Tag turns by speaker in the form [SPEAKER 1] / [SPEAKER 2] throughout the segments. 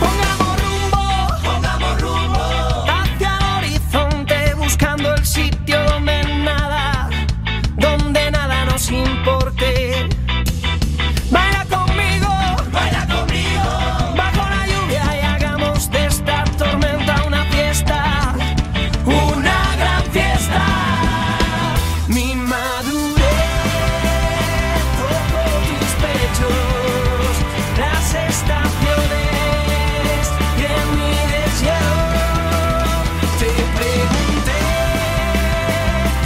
[SPEAKER 1] Pongamos rumbo, pongamos rumbo hacia el horizonte buscando el sitio donde nada, donde nada nos importe. Baila conmigo, baila conmigo bajo la lluvia y hagamos de esta tormenta una fiesta, una gran fiesta. Mi madurez toco tus pechos, las estaciones y en mi deseo te pregunté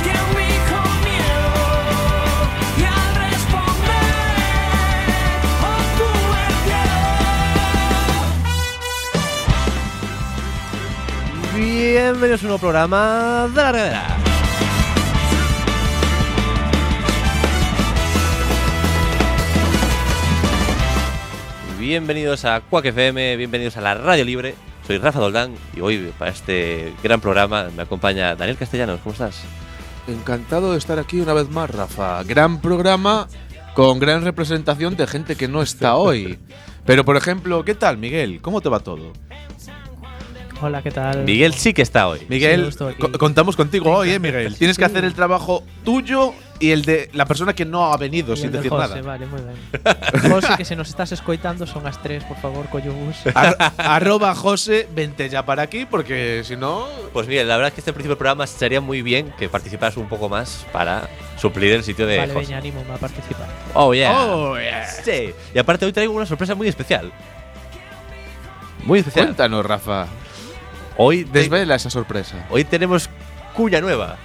[SPEAKER 1] quién me dijo miedo y al responder oh, obtuve el
[SPEAKER 2] Bienvenidos a un nuevo programa de la regadera. Bienvenidos a Quack FM, bienvenidos a la Radio Libre. Soy Rafa Doldán y hoy para este gran programa me acompaña Daniel Castellanos. ¿Cómo estás?
[SPEAKER 3] Encantado de estar aquí una vez más, Rafa. Gran programa con gran representación de gente que no está hoy. Pero, por ejemplo, ¿qué tal, Miguel? ¿Cómo te va todo?
[SPEAKER 4] Hola, ¿qué tal?
[SPEAKER 2] Miguel sí que está hoy.
[SPEAKER 4] Sí, yo
[SPEAKER 3] Miguel,
[SPEAKER 4] estoy aquí.
[SPEAKER 3] co- contamos contigo hoy, ¿eh, Miguel? Tienes que
[SPEAKER 4] Sí.
[SPEAKER 3] hacer el trabajo tuyo y el de la persona que no ha venido,
[SPEAKER 4] Y
[SPEAKER 3] sin
[SPEAKER 4] el del
[SPEAKER 3] decir
[SPEAKER 4] José,
[SPEAKER 3] nada.
[SPEAKER 4] Vale, muy ben. José, que se nos estás escoitando, son as tres, por favor, collo bus.
[SPEAKER 3] Ar- arroba José, vente ya para aquí, porque si no.
[SPEAKER 2] Pues Miguel, la verdad es que este principio del programa estaría muy bien que participaras un poco más para suplir el sitio de
[SPEAKER 4] vale,
[SPEAKER 2] José.
[SPEAKER 4] veña, anímome a participar.
[SPEAKER 2] Oh, yeah.
[SPEAKER 3] Oh, yeah.
[SPEAKER 2] Sí. Y aparte hoy traigo una sorpresa muy especial. Muy especial.
[SPEAKER 3] Cuéntanos, Rafa.
[SPEAKER 2] Hoy, te-
[SPEAKER 3] Desvela esa sorpresa.
[SPEAKER 2] hoy tenemos cuña nueva.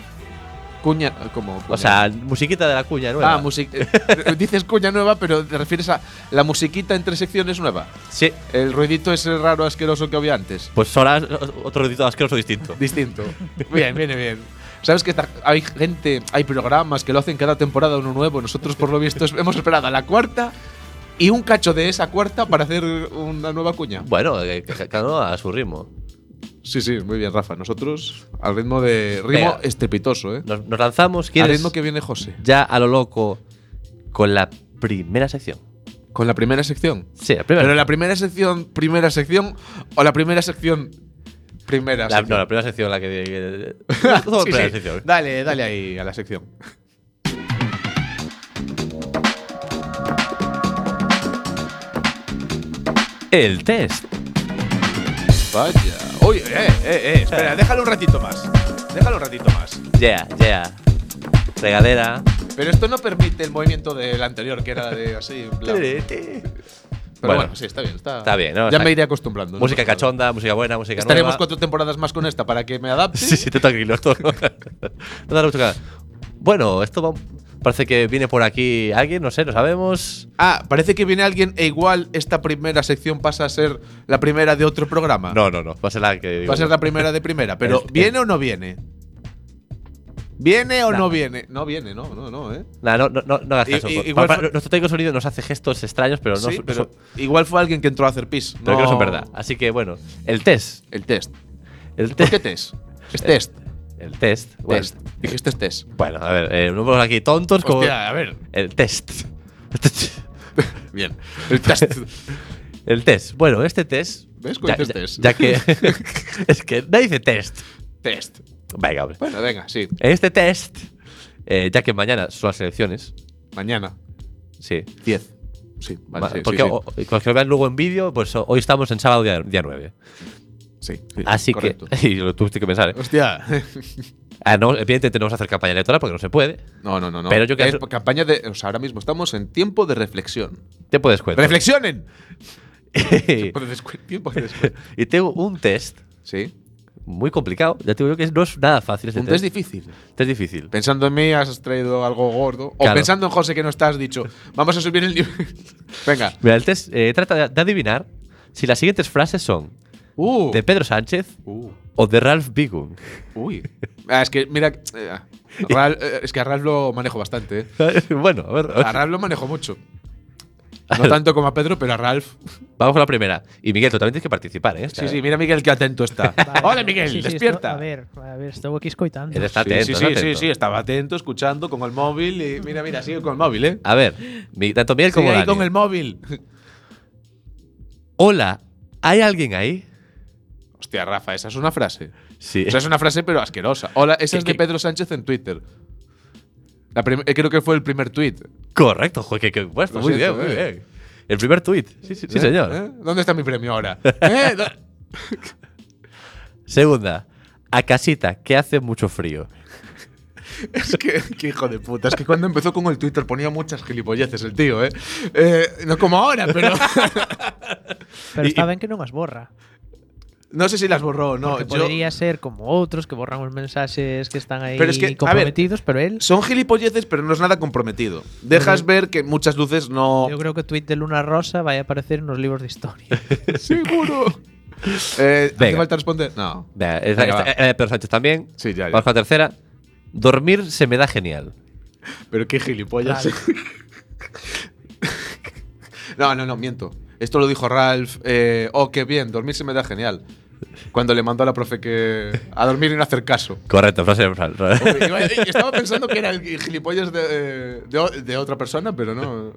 [SPEAKER 3] Cuña. ¿Cómo?
[SPEAKER 2] O
[SPEAKER 3] Cuña.
[SPEAKER 2] sea, musiquita de la cuña nueva.
[SPEAKER 3] Ah, music- eh, dices cuña nueva, pero te refieres a la musiquita entre secciones nueva.
[SPEAKER 2] Sí.
[SPEAKER 3] El ruidito ese raro asqueroso que había antes.
[SPEAKER 2] Pues ahora otro ruidito asqueroso distinto.
[SPEAKER 3] Distinto. bien, viene bien. Sabes que ta- hay gente, hay programas que lo hacen cada temporada uno nuevo. Nosotros, por lo visto, es- hemos esperado a la cuarta y un cacho de esa cuarta para hacer una nueva cuña.
[SPEAKER 2] Bueno, eh, ca- cada uno a su ritmo.
[SPEAKER 3] Sí, sí, muy bien, Rafa. Nosotros al ritmo de. Ritmo
[SPEAKER 2] Venga.
[SPEAKER 3] estrepitoso, ¿eh?
[SPEAKER 2] Nos, nos lanzamos,
[SPEAKER 3] Al
[SPEAKER 2] ¿quieres?
[SPEAKER 3] ritmo que viene José.
[SPEAKER 2] Ya a lo loco con la primera sección.
[SPEAKER 3] Con la primera sección.
[SPEAKER 2] Sí, la primera.
[SPEAKER 3] Pero la primera sección, primera sección, o la primera sección, primera
[SPEAKER 2] La-
[SPEAKER 3] sección.
[SPEAKER 2] no, la primera sección, la que. la
[SPEAKER 3] Sí,
[SPEAKER 2] primera
[SPEAKER 3] sí.
[SPEAKER 2] sección.
[SPEAKER 3] Dale, dale ahí a la sección.
[SPEAKER 2] El test.
[SPEAKER 3] Vaya. Oye, eh, eh, eh, espera, déjalo un ratito más. Déjalo un ratito más.
[SPEAKER 2] Yeah, yeah. Regadera.
[SPEAKER 3] Pero esto no permite el movimiento del anterior, que era de así. en plan- Pero bueno,
[SPEAKER 2] Bueno.
[SPEAKER 3] sí, está bien. Está,
[SPEAKER 2] Está bien, ¿no?
[SPEAKER 3] Ya
[SPEAKER 2] Está-
[SPEAKER 3] me iré acostumbrando. no
[SPEAKER 2] Música
[SPEAKER 3] pasa nada.
[SPEAKER 2] cachonda, música buena, música
[SPEAKER 3] Estaremos
[SPEAKER 2] nueva.
[SPEAKER 3] cuatro temporadas más con esta para que me adapte.
[SPEAKER 2] Sí, sí, tú tranquilo. tú. No te haré mucho caso. Bueno, esto va- parece que viene por aquí alguien, no sé, no sabemos.
[SPEAKER 3] Ah, parece que viene alguien e igual esta primera sección pasa a ser la primera de otro programa.
[SPEAKER 2] No, no, no. Va a ser la que.
[SPEAKER 3] Va a ser la primera de primera, pero
[SPEAKER 2] El- el-
[SPEAKER 3] ¿viene o no viene? ¿Viene o
[SPEAKER 2] Nah.
[SPEAKER 3] no viene? No viene, no, no, no, eh.
[SPEAKER 2] Nah, no, no, no, no hagas
[SPEAKER 3] I-
[SPEAKER 2] caso.
[SPEAKER 3] i-
[SPEAKER 2] Pa-
[SPEAKER 3] igual
[SPEAKER 2] pa-
[SPEAKER 3] fue-
[SPEAKER 2] nuestro técnico de sonido nos hace gestos extraños, pero no,
[SPEAKER 3] Sí,
[SPEAKER 2] su-
[SPEAKER 3] pero
[SPEAKER 2] su-
[SPEAKER 3] igual fue alguien que entró a hacer pis.
[SPEAKER 2] pero que no son verdad. Así que bueno, el test.
[SPEAKER 3] El test.
[SPEAKER 2] El
[SPEAKER 3] ¿Por qué
[SPEAKER 2] test.
[SPEAKER 3] test? Es test.
[SPEAKER 2] El test. Bueno,
[SPEAKER 3] test. Dijiste es test.
[SPEAKER 2] bueno, a ver, eh, no vamos aquí tontos como.
[SPEAKER 3] Hostia, a ver.
[SPEAKER 2] El test.
[SPEAKER 3] Bien. El test.
[SPEAKER 2] El test. Bueno, este test.
[SPEAKER 3] ¿Ves?
[SPEAKER 2] Ya,
[SPEAKER 3] Dices
[SPEAKER 2] ya-
[SPEAKER 3] test.
[SPEAKER 2] ya que. es que nadie dice test.
[SPEAKER 3] test.
[SPEAKER 2] Venga, hombre.
[SPEAKER 3] Bueno, venga, sí.
[SPEAKER 2] Este test, eh, ya que mañana son las elecciones,
[SPEAKER 3] Mañana.
[SPEAKER 2] sí.
[SPEAKER 3] 10. Sí, vale.
[SPEAKER 2] Ma-
[SPEAKER 3] sí,
[SPEAKER 2] porque
[SPEAKER 3] sí, sí.
[SPEAKER 2] o- o- los que lo vean luego en vídeo, pues o- hoy estamos en sábado día, día 9.
[SPEAKER 3] Sí, sí,
[SPEAKER 2] Así
[SPEAKER 3] correcto.
[SPEAKER 2] que. Y lo tuviste que pensar, ¿eh?
[SPEAKER 3] Hostia.
[SPEAKER 2] Ah, no, evidentemente no vamos a hacer campaña electoral porque no se puede.
[SPEAKER 3] No, no, no, no.
[SPEAKER 2] Pero yo que-
[SPEAKER 3] Es campaña de. O sea, ahora mismo estamos en tiempo de reflexión.
[SPEAKER 2] Te puedes cuenta.
[SPEAKER 3] ¡Reflexionen!
[SPEAKER 2] y,
[SPEAKER 3] Por descu- tiempo de descu-
[SPEAKER 2] tengo un test
[SPEAKER 3] Sí.
[SPEAKER 2] muy complicado. Ya te digo yo que no es nada fácil este
[SPEAKER 3] Un test
[SPEAKER 2] test.
[SPEAKER 3] difícil.
[SPEAKER 2] Test difícil.
[SPEAKER 3] Pensando en mí has traído algo gordo. O
[SPEAKER 2] Claro.
[SPEAKER 3] pensando en José que no estás, has dicho, vamos a subir el nivel. Venga.
[SPEAKER 2] Mira, el test eh, trata de- de adivinar si las siguientes frases son
[SPEAKER 3] Uh.
[SPEAKER 2] de Pedro Sánchez
[SPEAKER 3] Uh.
[SPEAKER 2] o de Ralph Bigun.
[SPEAKER 3] Uy. Ah, es que, mira. eh, Ral- eh, es que a Ralph lo manejo bastante. eh.
[SPEAKER 2] bueno, a ver.
[SPEAKER 3] A Ralph lo manejo mucho. No tanto como a Pedro, pero a Ralph.
[SPEAKER 2] Vamos con la primera. Y Miguel, tú también tienes que participar, ¿eh? O sea,
[SPEAKER 3] Sí, sí, mira Miguel que atento está.
[SPEAKER 4] Vale.
[SPEAKER 3] Hola Miguel,
[SPEAKER 4] Sí, sí,
[SPEAKER 3] despierta.
[SPEAKER 4] esto- a ver, a ver, estou aquí escoitando.
[SPEAKER 2] Eres está atento,
[SPEAKER 3] sí,
[SPEAKER 2] está
[SPEAKER 3] sí, sí,
[SPEAKER 2] atento.
[SPEAKER 3] sí, estaba atento, escuchando con el móvil y mira, mira, sigue con el móvil, ¿eh?
[SPEAKER 2] A ver, mi- tanto Miguel
[SPEAKER 3] Sigue
[SPEAKER 2] como
[SPEAKER 3] ahí
[SPEAKER 2] Dani.
[SPEAKER 3] con el móvil.
[SPEAKER 2] Hola, ¿hay alguien ahí?
[SPEAKER 3] Hostia, Rafa, esa es una frase.
[SPEAKER 2] Sí.
[SPEAKER 3] Esa es una frase, pero asquerosa. Hola, esa
[SPEAKER 2] Que-
[SPEAKER 3] es de
[SPEAKER 2] que-
[SPEAKER 3] Pedro Sánchez en Twitter. La prim- eh, creo que fue el primer tweet.
[SPEAKER 2] Correcto, jo, que, que puesto.
[SPEAKER 3] Lo
[SPEAKER 2] Muy
[SPEAKER 3] siento,
[SPEAKER 2] bien, muy
[SPEAKER 3] eh.
[SPEAKER 2] bien. El primer tuit. Sí, sí, sí, señor.
[SPEAKER 3] ¿Eh? ¿Dónde está mi premio ahora? ¿Eh? Do-
[SPEAKER 2] Segunda, a casita, que hace mucho frío.
[SPEAKER 3] Es que, qué hijo de puta. Es que cuando empezó con el Twitter ponía muchas gilipolleces el tío, ¿eh? Eh, no como ahora, pero.
[SPEAKER 4] Pero está ben que non as borra.
[SPEAKER 3] no sé si las borró o no.
[SPEAKER 4] Porque
[SPEAKER 3] Yo-
[SPEAKER 4] podría ser como outros que borran os mensaxes que están aí
[SPEAKER 3] Pero es que, a ver,
[SPEAKER 4] comprometidos, pero él
[SPEAKER 3] Son gilipolleces, pero no es nada comprometido. Dejas ver que muchas luces no.
[SPEAKER 4] Yo creo que o tweet de Luna Rosa vai a aparecer nos libros de historia.
[SPEAKER 3] Seguro. Eh, ¿Hace
[SPEAKER 2] Venga.
[SPEAKER 3] falta responder? No.
[SPEAKER 2] Venga, esta-
[SPEAKER 3] Venga,
[SPEAKER 2] esta- eh, Pedro Sánchez también.
[SPEAKER 3] Sí, ya, ya.
[SPEAKER 2] Vamos con la tercera. Dormir se me da genial.
[SPEAKER 3] Pero qué gilipollas. no, no, no, miento. Esto lo dijo Ralph. eh, oh, qué bien, dormir se me da genial. Cuando le mandó a la profe que. a dormir y no hacer caso.
[SPEAKER 2] Correcto, frase. fra- fra-
[SPEAKER 3] Hombre, iba- Estaba pensando que era el gilipollas de, eh, de o- de otra persona, pero no.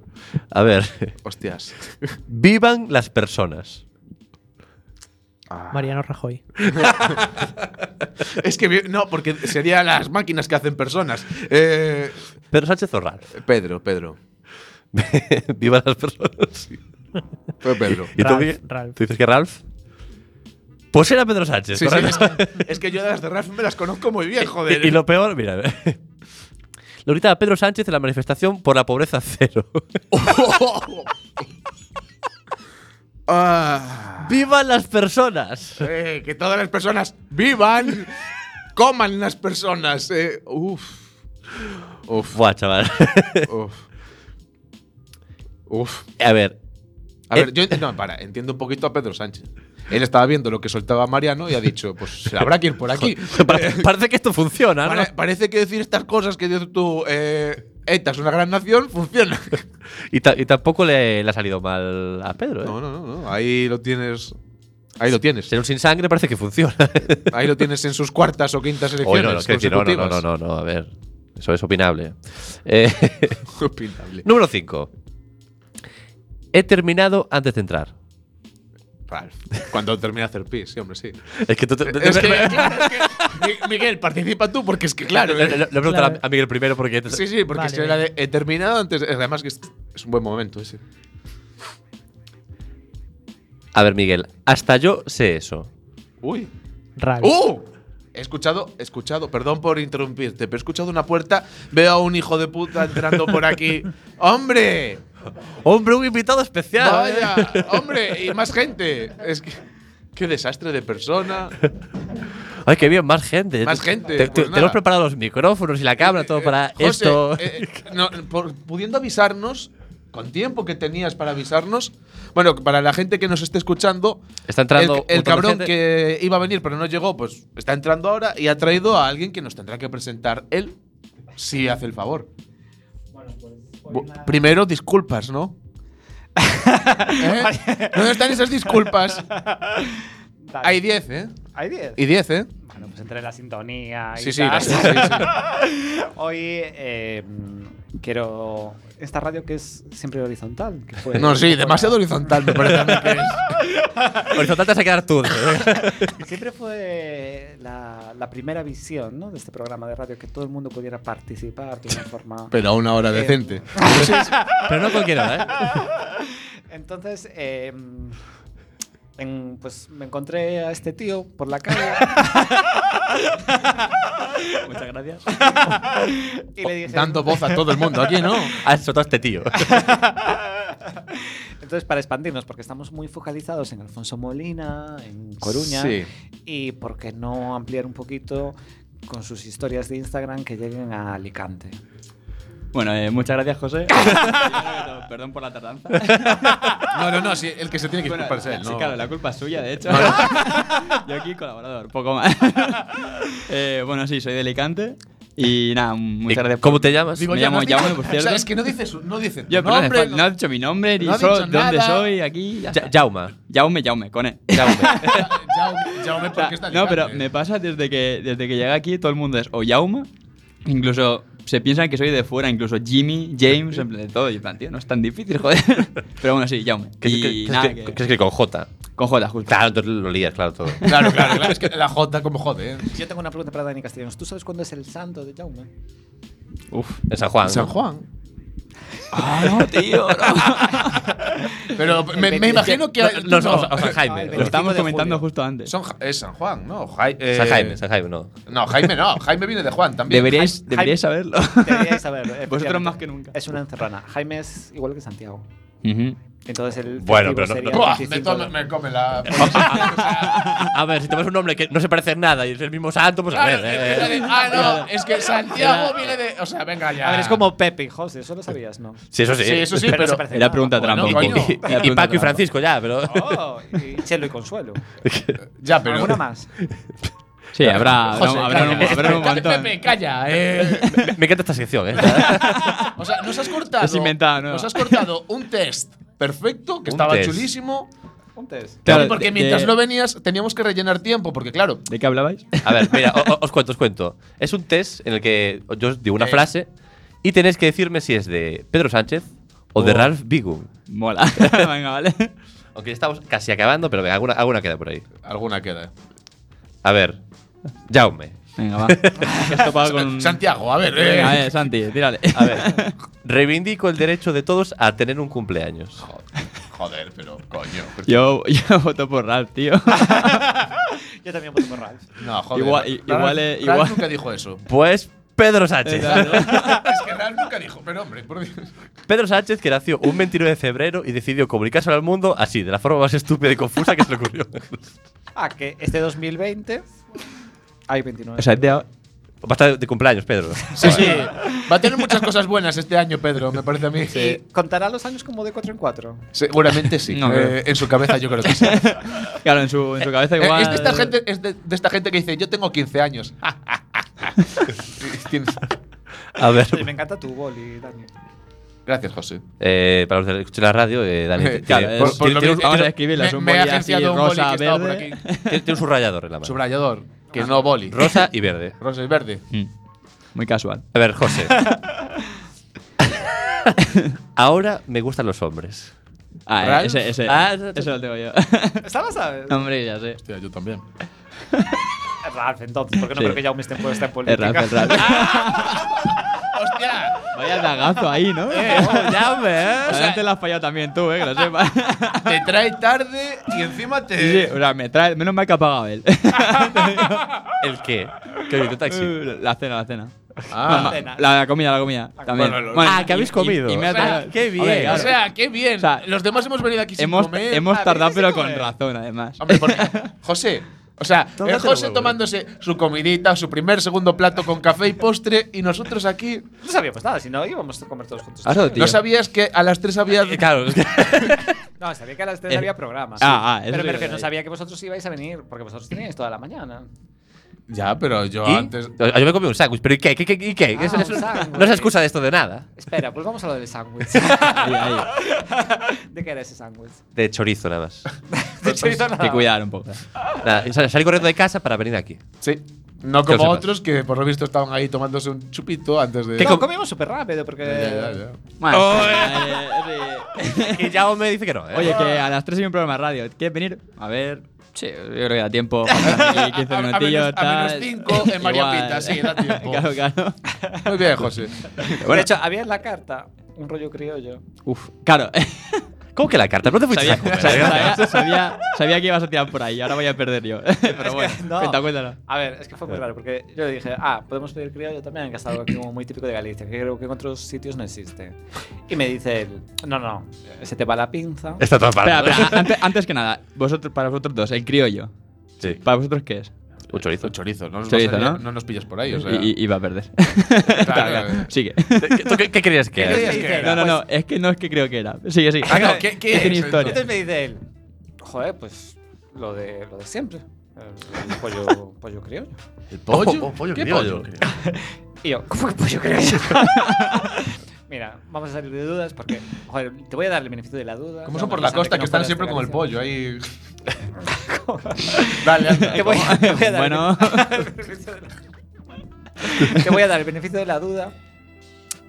[SPEAKER 2] A ver.
[SPEAKER 3] Hostias.
[SPEAKER 2] Vivan las personas.
[SPEAKER 3] Ah.
[SPEAKER 4] Mariano Rajoy.
[SPEAKER 3] Es que vi- no, porque serían las máquinas que hacen personas. Eh,
[SPEAKER 2] Pedro Sánchez Zorrar.
[SPEAKER 3] Pedro, Pedro.
[SPEAKER 2] Vivan las personas.
[SPEAKER 3] Fue Pedro.
[SPEAKER 2] ¿Y tú,
[SPEAKER 4] Ralph,
[SPEAKER 2] Miguel?
[SPEAKER 4] Ralph.
[SPEAKER 2] ¿Tú dices que Ralph? Pues era Pedro Sánchez.
[SPEAKER 3] Sí, sí,
[SPEAKER 2] correcto.
[SPEAKER 3] es, que, es que yo de las de Ralph me las conozco muy bien, joder.
[SPEAKER 2] Y, y lo peor, mira. Lo gritaba Pedro Sánchez en la manifestación por la pobreza cero.
[SPEAKER 3] Ah.
[SPEAKER 2] ¡Vivan las personas!
[SPEAKER 3] Eh, que todas las personas vivan, coman las personas. eh. Uf. Uf.
[SPEAKER 2] Buah, chaval.
[SPEAKER 3] Uf. Uf.
[SPEAKER 2] A ver,
[SPEAKER 3] A
[SPEAKER 2] Eh.
[SPEAKER 3] ver, yo no, para, entiendo un poquito a Pedro Sánchez. Él estaba viendo lo que soltaba Mariano y ha dicho, pues habrá que ir por aquí.
[SPEAKER 2] pare- parece que esto funciona, ¿no?
[SPEAKER 3] Pare- parece que decir estas cosas que dices tú, eh, ETA es una gran nación, funciona.
[SPEAKER 2] Y, ta- y tampoco le, le ha salido mal a Pedro, ¿eh?
[SPEAKER 3] No, no, no, no, ahí lo tienes. Ahí lo tienes.
[SPEAKER 2] Ser un sin sangre parece que funciona.
[SPEAKER 3] Ahí lo tienes en sus cuartas o quintas
[SPEAKER 2] Oye,
[SPEAKER 3] elecciones
[SPEAKER 2] no, no, quiero decir, no, no,
[SPEAKER 3] consecutivas.
[SPEAKER 2] no, no, no, a ver. Eso es opinable. Eh,
[SPEAKER 3] Opinable.
[SPEAKER 2] número 5. He terminado antes de entrar.
[SPEAKER 3] Ralph. Cuando termina de hacer pis, sí, hombre, sí.
[SPEAKER 2] Es que tú te-
[SPEAKER 3] Es que,
[SPEAKER 2] le-
[SPEAKER 3] claro, es que- Mi- Miguel, participa tú porque es que, claro.
[SPEAKER 2] le, le- le
[SPEAKER 3] eh.
[SPEAKER 2] preguntaré
[SPEAKER 4] Claro.
[SPEAKER 2] a Miguel primero porque.
[SPEAKER 3] Sí, sí, porque
[SPEAKER 4] Vale,
[SPEAKER 3] si era de, he terminado antes. Además, que es, es un buen momento ese.
[SPEAKER 2] A ver, Miguel, hasta yo sé eso.
[SPEAKER 3] Uy.
[SPEAKER 4] Ralph.
[SPEAKER 3] ¡Uh! He escuchado, he escuchado, perdón por interrumpirte, pero he escuchado una puerta, veo a un hijo de puta entrando por aquí. ¡Hombre!
[SPEAKER 2] ¡Hombre, un invitado especial!
[SPEAKER 3] ¡Vaya!
[SPEAKER 2] ¿eh?
[SPEAKER 3] ¡Hombre! Y más gente. Es que. ¡Qué desastre de persona!
[SPEAKER 2] ¡Ay, qué bien! Más gente.
[SPEAKER 3] Más gente,
[SPEAKER 2] Te- te-
[SPEAKER 3] pues nada.
[SPEAKER 2] Tenemos preparados los micrófonos y la cámara, todo para
[SPEAKER 3] Eh, José,
[SPEAKER 2] esto.
[SPEAKER 3] eh, no, por- pudiendo avisarnos, con tiempo que tenías para avisarnos. Bueno, para la gente que nos esté escuchando,
[SPEAKER 2] Está entrando
[SPEAKER 3] el-
[SPEAKER 2] un montón
[SPEAKER 3] el,
[SPEAKER 2] de
[SPEAKER 3] cabrón
[SPEAKER 2] gente.
[SPEAKER 3] que iba a venir pero no llegó, pues está entrando ahora y ha traído a alguien que nos tendrá que presentar él, si hace el favor. Bu- Primero, disculpas, ¿no? ¿Eh? ¿Dónde están esas disculpas?
[SPEAKER 5] Vale.
[SPEAKER 3] Hay 10, ¿eh?
[SPEAKER 5] ¿Hay 10?
[SPEAKER 3] Y 10, ¿eh?
[SPEAKER 5] Bueno, pues entre la sintonía y
[SPEAKER 3] Sí, sí,
[SPEAKER 5] tal.
[SPEAKER 3] las- sí, sí.
[SPEAKER 5] Hoy eh, mm, quiero esta radio que es siempre horizontal. que fue-
[SPEAKER 3] No, sí,
[SPEAKER 5] fue-
[SPEAKER 3] demasiado horizontal me parece a mí que es.
[SPEAKER 2] Horizontal te vas a quedar tú. ¿eh?
[SPEAKER 5] Siempre fue la, la primera visión ¿no? de este programa de radio que todo el mundo pudiera participar de una forma.
[SPEAKER 3] Pero a una hora
[SPEAKER 5] Eh,
[SPEAKER 3] decente.
[SPEAKER 2] Pero no cualquiera, ¿eh?
[SPEAKER 5] Entonces, eh, en- pues me encontré a este tío por la calle. Muchas gracias. y le dije.
[SPEAKER 3] Dando voz a todo el mundo aquí, ¿no?
[SPEAKER 2] Ah, soltado este tío.
[SPEAKER 5] Entonces, para expandirnos, porque estamos muy focalizados en Alfonso Molina, en Coruña,
[SPEAKER 3] Sí.
[SPEAKER 5] y por qué no ampliar un poquito con sus historias de Instagram que lleguen a Alicante.
[SPEAKER 6] Bueno, eh, muchas gracias, José. Perdón por la tardanza.
[SPEAKER 3] No, no, no, sí, el que se tiene que
[SPEAKER 6] Bueno,
[SPEAKER 3] disculpar es él,
[SPEAKER 6] sí,
[SPEAKER 3] ¿no?
[SPEAKER 6] claro, la culpa es suya, de hecho. Yo aquí colaborador, poco más. Eh, bueno, sí, soy de Alicante. Y nada, muchas
[SPEAKER 2] ¿Y
[SPEAKER 6] gracias. por-
[SPEAKER 2] ¿Cómo te llamas?
[SPEAKER 6] Digo, Me ya llamo
[SPEAKER 3] no has dicho-
[SPEAKER 6] Jaume, por
[SPEAKER 3] O sea,
[SPEAKER 6] cierto.
[SPEAKER 3] es que no dices, no dices
[SPEAKER 6] Yo, perdón,
[SPEAKER 3] nombre,
[SPEAKER 6] no he dicho mi nombre, ni
[SPEAKER 3] no ha
[SPEAKER 6] solo
[SPEAKER 3] dicho
[SPEAKER 6] de dónde
[SPEAKER 3] nada.
[SPEAKER 6] soy, aquí. Ya
[SPEAKER 2] Ya-
[SPEAKER 6] está.
[SPEAKER 2] Jauma.
[SPEAKER 6] Jaume, Jaume, con E. él.
[SPEAKER 2] Jaume.
[SPEAKER 3] Jaume- "Ah, Jaume,
[SPEAKER 6] O sea,
[SPEAKER 3] porque está
[SPEAKER 6] no, pero
[SPEAKER 3] Alicante.
[SPEAKER 6] me pasa desde que, desde que llegué aquí, todo el mundo es o Yauma, incluso se piensan que soy de fuera, incluso Jimmy, James, en plan de todo. Y en plan, tío, no es tan difícil, joder. pero bueno, sí, Yaume.
[SPEAKER 2] Que- que-
[SPEAKER 6] Y
[SPEAKER 2] que-
[SPEAKER 6] nada,
[SPEAKER 2] que-
[SPEAKER 6] que-
[SPEAKER 2] que escribe con J.
[SPEAKER 6] con J, justo.
[SPEAKER 2] Claro, entonces lo lías, claro, todo.
[SPEAKER 3] Claro, claro, claro. Es que la J como jode, ¿eh?
[SPEAKER 5] Yo tengo una pregunta para Dani Castellanos. ¿Tú sabes cuándo es el santo de Jaume?
[SPEAKER 6] Uf.
[SPEAKER 2] En San Juan.
[SPEAKER 3] San Juan.
[SPEAKER 6] Ah, no, tío,
[SPEAKER 3] Pero me, me
[SPEAKER 5] ve-
[SPEAKER 3] imagino que.
[SPEAKER 2] No, no,
[SPEAKER 3] tú
[SPEAKER 2] o sea, o sea, Jaime.
[SPEAKER 5] Ah, el
[SPEAKER 6] Lo
[SPEAKER 5] 25
[SPEAKER 6] estábamos
[SPEAKER 5] de
[SPEAKER 6] comentando
[SPEAKER 5] julio.
[SPEAKER 6] justo antes.
[SPEAKER 3] Son Ja- es San Juan, ¿no? Jai- eh,
[SPEAKER 2] San Jaime, San Jaime, no.
[SPEAKER 3] No, Jaime no. Jaime viene de Juan también.
[SPEAKER 6] Deberíais,
[SPEAKER 5] Jaime-
[SPEAKER 6] deberíais saberlo.
[SPEAKER 5] Deberíais saber. efectivamente.
[SPEAKER 6] más que nunca.
[SPEAKER 5] Es una encerrana. Jaime es igual que Santiago.
[SPEAKER 6] Ujú.
[SPEAKER 5] Entonces el.
[SPEAKER 2] Bueno,
[SPEAKER 5] festivo
[SPEAKER 2] pero no-
[SPEAKER 5] sería
[SPEAKER 2] no-
[SPEAKER 5] el
[SPEAKER 3] Buah, me,
[SPEAKER 5] 25
[SPEAKER 3] toma-
[SPEAKER 5] de-
[SPEAKER 3] me come la.
[SPEAKER 2] A ver, si te ves un nombre que no se parece en nada y es el mismo santo, pues a ver. eh, eh.
[SPEAKER 3] ah, no, es que Santiago viene de. O sea, venga ya.
[SPEAKER 5] A ver, es como Pepe y José, eso lo sabías, ¿no?
[SPEAKER 2] Sí, eso sí.
[SPEAKER 3] Sí, eso sí,
[SPEAKER 5] Pero no
[SPEAKER 3] pero.
[SPEAKER 5] se parece.
[SPEAKER 6] Era pregunta
[SPEAKER 3] Bueno,
[SPEAKER 6] trampa. un
[SPEAKER 3] coño.
[SPEAKER 6] poco.
[SPEAKER 3] Y-
[SPEAKER 2] Y- Y
[SPEAKER 6] Era pregunta
[SPEAKER 2] Paco y
[SPEAKER 6] trampa.
[SPEAKER 2] Francisco ya, pero.
[SPEAKER 5] Oh, y Chelo y Consuelo.
[SPEAKER 3] ya, pero.
[SPEAKER 5] ¿Alguna más?
[SPEAKER 6] Sí, habrá, habrá,
[SPEAKER 3] José,
[SPEAKER 6] habrá un,
[SPEAKER 3] calla.
[SPEAKER 6] habrá un montón.
[SPEAKER 3] Pepe, calla. Eh.
[SPEAKER 2] Me- Me encanta esta sección, ¿eh?
[SPEAKER 3] O sea, nos has cortado.
[SPEAKER 6] Has inventado, ¿no?
[SPEAKER 3] Nos has cortado un test perfecto, que
[SPEAKER 2] Un
[SPEAKER 3] estaba
[SPEAKER 2] test.
[SPEAKER 3] chulísimo.
[SPEAKER 5] Un test.
[SPEAKER 6] Claro,
[SPEAKER 3] porque
[SPEAKER 6] de-
[SPEAKER 3] mientras
[SPEAKER 6] de-
[SPEAKER 3] no venías, teníamos que rellenar tiempo, porque claro.
[SPEAKER 6] ¿De qué hablabais?
[SPEAKER 2] A ver, mira, o- o- os cuento, os cuento. Es un test en el que yo os digo una
[SPEAKER 3] Eh.
[SPEAKER 2] frase y tenéis que decirme si es de Pedro Sánchez o de
[SPEAKER 6] Oh.
[SPEAKER 2] Ralph Bigum.
[SPEAKER 6] Mola. Venga, vale.
[SPEAKER 2] Aunque ya estamos casi acabando, pero venga, alguna, alguna queda por ahí.
[SPEAKER 3] Alguna queda.
[SPEAKER 2] A ver, Jaume.
[SPEAKER 6] Venga, va. Esto va con.
[SPEAKER 3] Santiago, a ver. eh.
[SPEAKER 6] Venga, eh, Santi, tírale.
[SPEAKER 2] A ver, reivindico el derecho de todos a tener un cumpleaños.
[SPEAKER 3] Joder, pero coño.
[SPEAKER 6] eh. Yo, yo voto por Ralph, tío.
[SPEAKER 5] Yo también voto por Ralph.
[SPEAKER 3] No, joder.
[SPEAKER 6] Igual- i- igual, eh,
[SPEAKER 3] Ralph
[SPEAKER 6] igual-
[SPEAKER 3] nunca dijo eso.
[SPEAKER 2] Pues Pedro Sánchez.
[SPEAKER 3] es que Ralph nunca dijo, pero hombre, por Dios.
[SPEAKER 2] Pedro Sánchez, que nació un 29 de febrero y decidió comunicárselo al mundo así, de la forma más estúpida y confusa que se le ocurrió.
[SPEAKER 5] Ah, que este 2020 hay 29.
[SPEAKER 6] o sea, es de ahora.
[SPEAKER 2] Basta de cumpleaños, Pedro.
[SPEAKER 3] Sí, sí. Va a tener muchas cosas buenas este año, Pedro, me parece a mí.
[SPEAKER 5] ¿Y contará los años como de 4 en 4?
[SPEAKER 3] Seguramente sí.
[SPEAKER 6] No,
[SPEAKER 3] Eh, en su cabeza yo creo que sí.
[SPEAKER 6] Claro, en su, en su cabeza
[SPEAKER 3] Eh,
[SPEAKER 6] igual.
[SPEAKER 3] es de esta gente, es de, de esta gente que dice, yo tengo 15 años. Tienes-
[SPEAKER 2] A ver,
[SPEAKER 5] Oye, me encanta tu boli, Dani.
[SPEAKER 3] Gracias, José.
[SPEAKER 2] eh, para los que escuchan la radio, eh, Dani,
[SPEAKER 3] Eh,
[SPEAKER 2] tiene-
[SPEAKER 6] Claro,
[SPEAKER 2] tiene-
[SPEAKER 6] es-
[SPEAKER 3] por- por
[SPEAKER 2] tiene-
[SPEAKER 3] lo
[SPEAKER 2] tiene
[SPEAKER 3] que-
[SPEAKER 2] un-
[SPEAKER 6] vamos a escribirla. Es un
[SPEAKER 3] me, me
[SPEAKER 6] boli
[SPEAKER 3] ha
[SPEAKER 6] así,
[SPEAKER 3] agenciado un boli que
[SPEAKER 6] rosa,
[SPEAKER 3] estaba por
[SPEAKER 6] verde. Ah.
[SPEAKER 3] aquí.
[SPEAKER 2] tiene- tiene un subrayador en la mano.
[SPEAKER 3] Subrayador, que no boli.
[SPEAKER 2] Rosa y verde.
[SPEAKER 3] Rosa y verde.
[SPEAKER 6] Mm. Muy casual.
[SPEAKER 2] A ver, José. Ahora me gustan los hombres.
[SPEAKER 6] Ah, eh,
[SPEAKER 3] Ralph.
[SPEAKER 6] ese, ese,
[SPEAKER 2] Ah, eso-
[SPEAKER 6] eso lo tengo yo.
[SPEAKER 5] ¿Esta la sabes?
[SPEAKER 6] Hombre, ya sé.
[SPEAKER 3] Hostia, yo también.
[SPEAKER 5] Es Ralph, entonces, porque no
[SPEAKER 6] Sí.
[SPEAKER 5] creo que Jaume esté en puesta en
[SPEAKER 6] El
[SPEAKER 5] política.
[SPEAKER 6] Ralph, el Ralph.
[SPEAKER 3] ¡Hostia! Eh, oh,
[SPEAKER 6] Vaya dagazo ahí, ¿no? Adelante la has fallado también tú, eh, que lo sepas.
[SPEAKER 3] Te trae tarde y encima te.
[SPEAKER 6] Sí, sí, o sea, me trae. Menos mal que ha pagado él.
[SPEAKER 2] ¿El qué? ¿Qué dice taxi?
[SPEAKER 6] la cena, la cena.
[SPEAKER 3] Ah,
[SPEAKER 5] Cena.
[SPEAKER 6] La, la comida, la comida. También.
[SPEAKER 3] bueno, lo-
[SPEAKER 2] Ah, que
[SPEAKER 6] y-
[SPEAKER 2] habéis
[SPEAKER 6] y-
[SPEAKER 2] comido.
[SPEAKER 6] Y, me ha
[SPEAKER 3] O sea,
[SPEAKER 6] traído-
[SPEAKER 2] qué bien.
[SPEAKER 6] Hombre,
[SPEAKER 3] o
[SPEAKER 6] claro.
[SPEAKER 3] sea, qué bien.
[SPEAKER 6] O sea,
[SPEAKER 3] Los demás hemos venido aquí sin
[SPEAKER 6] hemos,
[SPEAKER 3] comer.
[SPEAKER 6] hemos
[SPEAKER 5] a
[SPEAKER 6] tardado,
[SPEAKER 5] veces
[SPEAKER 6] pero
[SPEAKER 5] se
[SPEAKER 6] con
[SPEAKER 5] come.
[SPEAKER 6] razón, además.
[SPEAKER 3] Hombre, porque- José. O sea,
[SPEAKER 2] Tómate
[SPEAKER 3] el José
[SPEAKER 2] los huevos.
[SPEAKER 3] tomándose su comidita, su primer, segundo plato con café y postre, y nosotros aquí.
[SPEAKER 5] No sabíamos nada, si no íbamos a comer todos juntos.
[SPEAKER 2] Ah,
[SPEAKER 6] Ahora lo
[SPEAKER 3] ¿No
[SPEAKER 6] Tío.
[SPEAKER 3] sabías que a las tres había.?
[SPEAKER 2] Eh, Claro, es que-
[SPEAKER 5] No, sabía que a las 3
[SPEAKER 6] Eh,
[SPEAKER 5] había programa.
[SPEAKER 6] ah, ah, eso
[SPEAKER 5] Pero
[SPEAKER 6] sí
[SPEAKER 5] me
[SPEAKER 6] que
[SPEAKER 5] refiero, no
[SPEAKER 6] hay.
[SPEAKER 5] sabía que vosotros ibais a venir, porque vosotros teníais toda la mañana.
[SPEAKER 3] Ya, pero yo
[SPEAKER 2] ¿Y?
[SPEAKER 3] antes.
[SPEAKER 2] Yo yo me comí un sándwich, pero ¿y qué? ¿Qué- qué- y qué?
[SPEAKER 5] Ah,
[SPEAKER 2] Eso- eso-
[SPEAKER 5] un sándwich.
[SPEAKER 2] no es excusa de esto de nada.
[SPEAKER 5] Espera, volvamos a lo del sándwich.
[SPEAKER 6] Ahí, ahí.
[SPEAKER 5] ¿De qué era ese sándwich?
[SPEAKER 2] De chorizo nada más.
[SPEAKER 5] De chorizo
[SPEAKER 6] Hay
[SPEAKER 3] Ah.
[SPEAKER 6] que
[SPEAKER 5] nada.
[SPEAKER 6] cuidar un poco.
[SPEAKER 2] Nada, y sal- salí corriendo de casa para venir aquí.
[SPEAKER 3] Sí. No
[SPEAKER 2] Que lo
[SPEAKER 3] como
[SPEAKER 2] sepas.
[SPEAKER 3] otros que por lo visto estaban ahí tomándose un chupito antes de.
[SPEAKER 2] ¿Qué
[SPEAKER 5] No,
[SPEAKER 2] com-
[SPEAKER 5] comimos súper rápido, porque...
[SPEAKER 3] Ya, ya, ya.
[SPEAKER 6] Bueno,
[SPEAKER 2] Oh,
[SPEAKER 6] eh, eh,
[SPEAKER 2] Y ya me dice que no, ¿eh?
[SPEAKER 6] Oye, que a las 3 hay un programa de radio. ¿Quieres venir? A ver. Sí, yo creo que da tiempo. Aquí 15
[SPEAKER 3] A- a
[SPEAKER 6] minutillos.
[SPEAKER 3] menos- a menos
[SPEAKER 6] tal.
[SPEAKER 3] cinco en María
[SPEAKER 6] Igual.
[SPEAKER 3] Pinta, sí, da tiempo.
[SPEAKER 6] claro, claro.
[SPEAKER 3] Muy bien, José.
[SPEAKER 5] De hecho, había en la carta un rollo criollo.
[SPEAKER 6] Uf, claro.
[SPEAKER 2] ¿Cómo que la carta? ¿No te fuiste
[SPEAKER 6] sabía,
[SPEAKER 2] a comer?
[SPEAKER 6] sabía, sabía, sabía que ibas a tirar por ahí. Ahora voy a perder yo. Pero bueno,
[SPEAKER 5] que no.
[SPEAKER 6] cuenta, cuéntalo.
[SPEAKER 5] A ver, es que fue muy raro, porque yo le dije, ah, podemos pedir criollo también, que es algo aquí como muy típico de Galicia, que creo que en otros sitios no existe. Y me dice él, no, no, se te va la pinza.
[SPEAKER 2] Está todo
[SPEAKER 6] Espera,
[SPEAKER 2] parado.
[SPEAKER 6] espera, antes, antes que nada, vosotros, para vosotros dos, el criollo.
[SPEAKER 2] Sí.
[SPEAKER 6] ¿Para vosotros qué es?
[SPEAKER 2] Un chorizo.
[SPEAKER 3] Un chorizo, no nos,
[SPEAKER 6] Chorizo,
[SPEAKER 3] vas a-
[SPEAKER 6] ¿no?
[SPEAKER 3] no nos pillas por ahí. O sea,
[SPEAKER 6] Y, y- y va a perder.
[SPEAKER 3] claro,
[SPEAKER 6] Claro,
[SPEAKER 3] eh.
[SPEAKER 6] Sigue.
[SPEAKER 2] ¿Tú qué, qué creías que
[SPEAKER 5] Y
[SPEAKER 2] era?
[SPEAKER 3] ¿Qué
[SPEAKER 5] entonces me
[SPEAKER 3] creías
[SPEAKER 5] dice,
[SPEAKER 6] No, no,
[SPEAKER 5] pues,
[SPEAKER 6] no, es que no es que creo que era. Sigue, sigue.
[SPEAKER 3] Ah, no, ¿qué- qué
[SPEAKER 6] tiene
[SPEAKER 3] es?
[SPEAKER 6] historia.
[SPEAKER 5] Entonces me dice él, joder, pues lo de, lo de siempre. El, el pollo, pollo criollo.
[SPEAKER 2] El Ah,
[SPEAKER 3] ¿Pollo? ¿Qué pollo?
[SPEAKER 5] Y yo, ¿cómo que pues yo creo que Mira, vamos a salir de dudas porque, joder, te voy a dar el beneficio de la duda.
[SPEAKER 3] Como
[SPEAKER 5] No,
[SPEAKER 3] son por
[SPEAKER 5] a
[SPEAKER 3] la
[SPEAKER 5] pesar de
[SPEAKER 3] costa que
[SPEAKER 5] no
[SPEAKER 3] están
[SPEAKER 5] fueras
[SPEAKER 3] siempre
[SPEAKER 5] de
[SPEAKER 3] con el ¿eh?
[SPEAKER 5] Galicia.
[SPEAKER 3] pollo ahí.
[SPEAKER 5] Dale, te voy, a- te voy a dar
[SPEAKER 6] Bueno.
[SPEAKER 5] el beneficio de la- te voy a dar el beneficio de la duda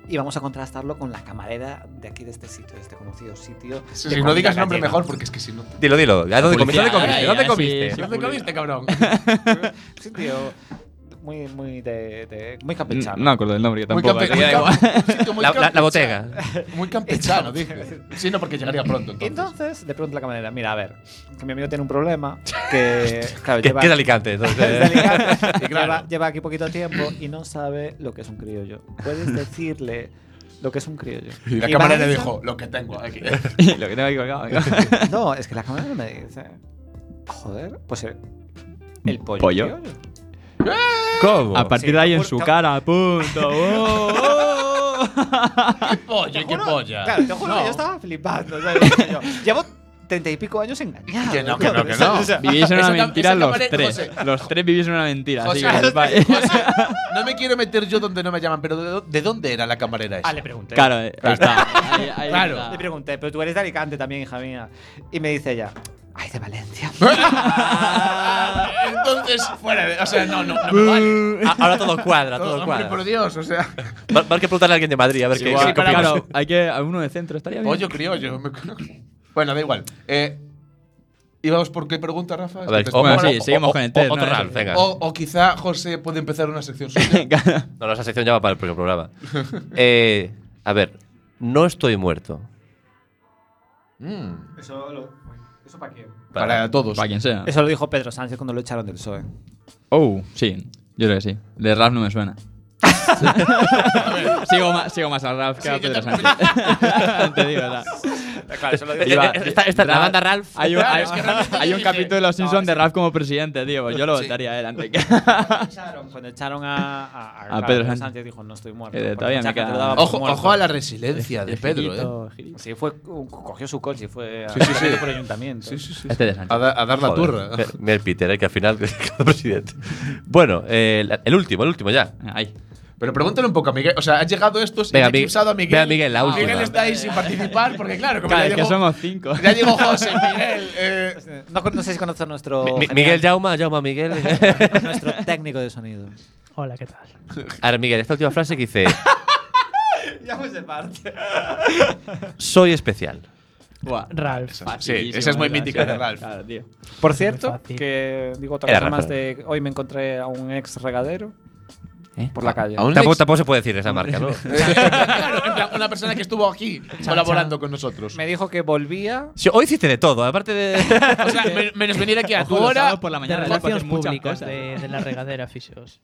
[SPEAKER 5] y vamos a contrastarlo con la camarera de aquí, de este sitio, de este conocido sitio.
[SPEAKER 3] Si
[SPEAKER 5] de
[SPEAKER 3] no
[SPEAKER 5] comida
[SPEAKER 3] digas nombre
[SPEAKER 5] gallega.
[SPEAKER 3] mejor, porque es que si no. te-
[SPEAKER 2] Dilo, dilo. ¿A dónde comiste?
[SPEAKER 6] Policía,
[SPEAKER 2] ¿Dónde comiste? ¿Dónde
[SPEAKER 6] ya, ya,
[SPEAKER 2] comiste?
[SPEAKER 6] sí, sí.
[SPEAKER 3] ¿Dónde comiste, cabrón?
[SPEAKER 5] Un sitio muy, muy, de, de- muy
[SPEAKER 6] No
[SPEAKER 5] campechano.
[SPEAKER 6] me acuerdo del nombre, yo tampoco.
[SPEAKER 3] campe-
[SPEAKER 6] así que da
[SPEAKER 3] muy
[SPEAKER 6] igual.
[SPEAKER 3] campe- un sitio muy
[SPEAKER 2] La- la- la
[SPEAKER 3] campechano.
[SPEAKER 2] botega.
[SPEAKER 3] Muy campechano, dije. Sí, no, porque llegaría pronto. Entonces.
[SPEAKER 5] Entonces, le pregunto a la camarera, mira, a ver, que mi amigo tiene un problema, que, claro,
[SPEAKER 2] ¿Qué,
[SPEAKER 5] lleva,
[SPEAKER 2] qué es Alicante?
[SPEAKER 5] es de
[SPEAKER 2] Entonces,
[SPEAKER 5] Alicante, lleva, lleva aquí poquito tiempo y no sabe lo que es un criollo. ¿Puedes decirle lo que es un criollo?
[SPEAKER 3] Y la
[SPEAKER 5] Y
[SPEAKER 3] camarera
[SPEAKER 5] Vanessa-
[SPEAKER 3] dijo: Lo que tengo aquí.
[SPEAKER 6] Lo que tengo aquí colgado. digo.
[SPEAKER 5] No, es que la camarera me dice. Joder, pues el, el pollo.
[SPEAKER 6] ¿Pollo?
[SPEAKER 5] criollo.
[SPEAKER 2] ¿Cómo?
[SPEAKER 6] A partir de ahí en su
[SPEAKER 5] te-
[SPEAKER 6] cara, punto. Oh, oh.
[SPEAKER 3] pollo, qué polla.
[SPEAKER 5] Claro, te juro que yo estaba flipando. ¿sabes? Yo, llevo treinta y pico años engañado.
[SPEAKER 3] Que no, que no, que no.
[SPEAKER 5] O sea,
[SPEAKER 6] Vivís en
[SPEAKER 3] Esa
[SPEAKER 6] una
[SPEAKER 3] cam-
[SPEAKER 6] mentira
[SPEAKER 3] esa
[SPEAKER 6] los
[SPEAKER 3] camarera-
[SPEAKER 6] tres.
[SPEAKER 3] José.
[SPEAKER 6] Los tres vivís en una mentira. así
[SPEAKER 3] José,
[SPEAKER 6] que os vais.
[SPEAKER 3] José, no me quiero meter yo donde no me llaman, pero ¿de, dó- de dónde era la camarera esa?
[SPEAKER 5] Ah, le pregunté.
[SPEAKER 6] Claro, eh, ahí está. Ahí- ahí
[SPEAKER 3] Claro.
[SPEAKER 6] está.
[SPEAKER 5] Le pregunté, pero tú eres de Alicante también, hija mía. Y me dice ella, ay, de Valencia.
[SPEAKER 3] Ah, Entonces, fuera de. O sea, no, no, no me vale.
[SPEAKER 6] Ah,
[SPEAKER 2] A- Ah, Ahora todo cuadra,
[SPEAKER 3] Todo,
[SPEAKER 2] todo
[SPEAKER 3] hombre, por
[SPEAKER 2] cuadra.
[SPEAKER 3] Dios, o sea.
[SPEAKER 2] Va, va a que preguntarle a alguien de Madrid a ver qué.
[SPEAKER 6] Igual,
[SPEAKER 2] qué opinas.
[SPEAKER 6] claro, hay que. A uno de centro estaría bien.
[SPEAKER 3] Pollo criollo. me- Bueno, da igual. Eh, ¿Íbamos por qué pregunta, Rafa?
[SPEAKER 2] A ver,
[SPEAKER 3] Entonces,
[SPEAKER 2] o-
[SPEAKER 6] Bueno,
[SPEAKER 3] bueno,
[SPEAKER 6] sí, seguimos con el test,
[SPEAKER 2] Otro
[SPEAKER 6] ¿no?
[SPEAKER 2] round, venga.
[SPEAKER 3] o, o quizá José puede empezar una sección suya.
[SPEAKER 2] No, no, esa sección ya va para el próximo programa. Eh, a ver, no estoy muerto.
[SPEAKER 3] Mm,
[SPEAKER 5] Eso, ¿Eso para quién?
[SPEAKER 3] para todos.
[SPEAKER 6] Para quien sea.
[SPEAKER 5] Eso lo dijo Pedro Sánchez cuando lo echaron del PSOE.
[SPEAKER 6] Oh, sí. Yo creo que sí. De Raf no me suena. sigo, más, sigo más a Raf que a Pedro Sánchez. Te digo, la-
[SPEAKER 2] Claro, eso lo
[SPEAKER 6] Iba-
[SPEAKER 2] Eh, Esta, esta- la
[SPEAKER 6] Ralph-
[SPEAKER 2] banda Ralph.
[SPEAKER 6] Hay un, hay,
[SPEAKER 3] es que realmente
[SPEAKER 6] hay
[SPEAKER 3] yo
[SPEAKER 6] un
[SPEAKER 3] dije-
[SPEAKER 6] capítulo de Los Simpsons de Raf como presidente, tío. Yo lo votaría a él antes que.
[SPEAKER 5] Cuando echaron, cuando echaron a, a, a-
[SPEAKER 6] Pedro
[SPEAKER 5] Pedro
[SPEAKER 6] Sánchez.
[SPEAKER 5] Sánchez dijo, no estoy muerto.
[SPEAKER 6] Eh,
[SPEAKER 5] porque
[SPEAKER 6] todavía
[SPEAKER 5] mucha
[SPEAKER 6] me
[SPEAKER 5] gente
[SPEAKER 6] queda-
[SPEAKER 5] lo daba por
[SPEAKER 3] Ojo,
[SPEAKER 5] muerto.
[SPEAKER 3] ojo a la resiliencia de Pedro, eh.
[SPEAKER 6] Girito, girito.
[SPEAKER 5] Sí, fue, cogió su coche y fue
[SPEAKER 3] Sí, sí, sí.
[SPEAKER 5] por el ayuntamiento.
[SPEAKER 3] Sí, sí, sí.
[SPEAKER 6] Este de
[SPEAKER 3] A,
[SPEAKER 6] Sánchez.
[SPEAKER 3] da- a dar la
[SPEAKER 2] Joder,
[SPEAKER 3] turra.
[SPEAKER 2] mira- Mira el Peter, eh, que al final es el presidente. Bueno, eh, la- el último, el último ya.
[SPEAKER 6] Ahí.
[SPEAKER 3] Pero pregúntale un poco a Miguel. O sea, han llegado estos
[SPEAKER 2] Venga,
[SPEAKER 3] y han
[SPEAKER 2] Miguel-
[SPEAKER 3] expulsado a Miguel.
[SPEAKER 2] venga, Miguel, la
[SPEAKER 3] Ah,
[SPEAKER 2] última.
[SPEAKER 3] Miguel está ahí sin participar porque, claro, como
[SPEAKER 6] Claro,
[SPEAKER 3] ya,
[SPEAKER 6] es que
[SPEAKER 3] llegó,
[SPEAKER 6] somos cinco.
[SPEAKER 3] ya llegó José, Miguel. eh,
[SPEAKER 5] No, no sé si conoces a nuestro,
[SPEAKER 2] Mi-
[SPEAKER 5] Oh, genial-
[SPEAKER 2] Miguel Jauma, Jauma Miguel.
[SPEAKER 5] nuestro técnico de sonido.
[SPEAKER 4] Hola, ¿qué tal?
[SPEAKER 2] Ahora, Miguel, esta última frase que dice:
[SPEAKER 5] Ya me parte.
[SPEAKER 2] Soy especial.
[SPEAKER 6] Buah.
[SPEAKER 4] Ralph.
[SPEAKER 6] Facilísimo,
[SPEAKER 3] esa es muy
[SPEAKER 6] ¿verdad?
[SPEAKER 3] mítica de
[SPEAKER 6] Sí,
[SPEAKER 3] Ralph.
[SPEAKER 6] Claro, tío.
[SPEAKER 5] Por cierto,
[SPEAKER 4] fácil.
[SPEAKER 5] que digo otra
[SPEAKER 2] Era
[SPEAKER 5] cosa más
[SPEAKER 2] Rafa.
[SPEAKER 5] de hoy me encontré a un ex regadero
[SPEAKER 2] ¿Eh?
[SPEAKER 5] por la calle.
[SPEAKER 3] ¿A un
[SPEAKER 2] Tampoco,
[SPEAKER 3] ex-
[SPEAKER 2] tampoco se puede decir esa marca, ¿no?
[SPEAKER 3] Claro, en plan, una persona que estuvo aquí colaborando con nosotros.
[SPEAKER 5] Me dijo que volvía.
[SPEAKER 2] Sí, hoy hiciste de todo, aparte de.
[SPEAKER 3] O sea, men- menos venir aquí a tu
[SPEAKER 6] Ojo, los
[SPEAKER 3] hora.
[SPEAKER 6] sábados por la
[SPEAKER 4] De
[SPEAKER 6] mañana. Ralph,
[SPEAKER 4] relaciones
[SPEAKER 6] haces muchas
[SPEAKER 4] públicas,
[SPEAKER 6] cosas.
[SPEAKER 4] de, de la regadera, fixos.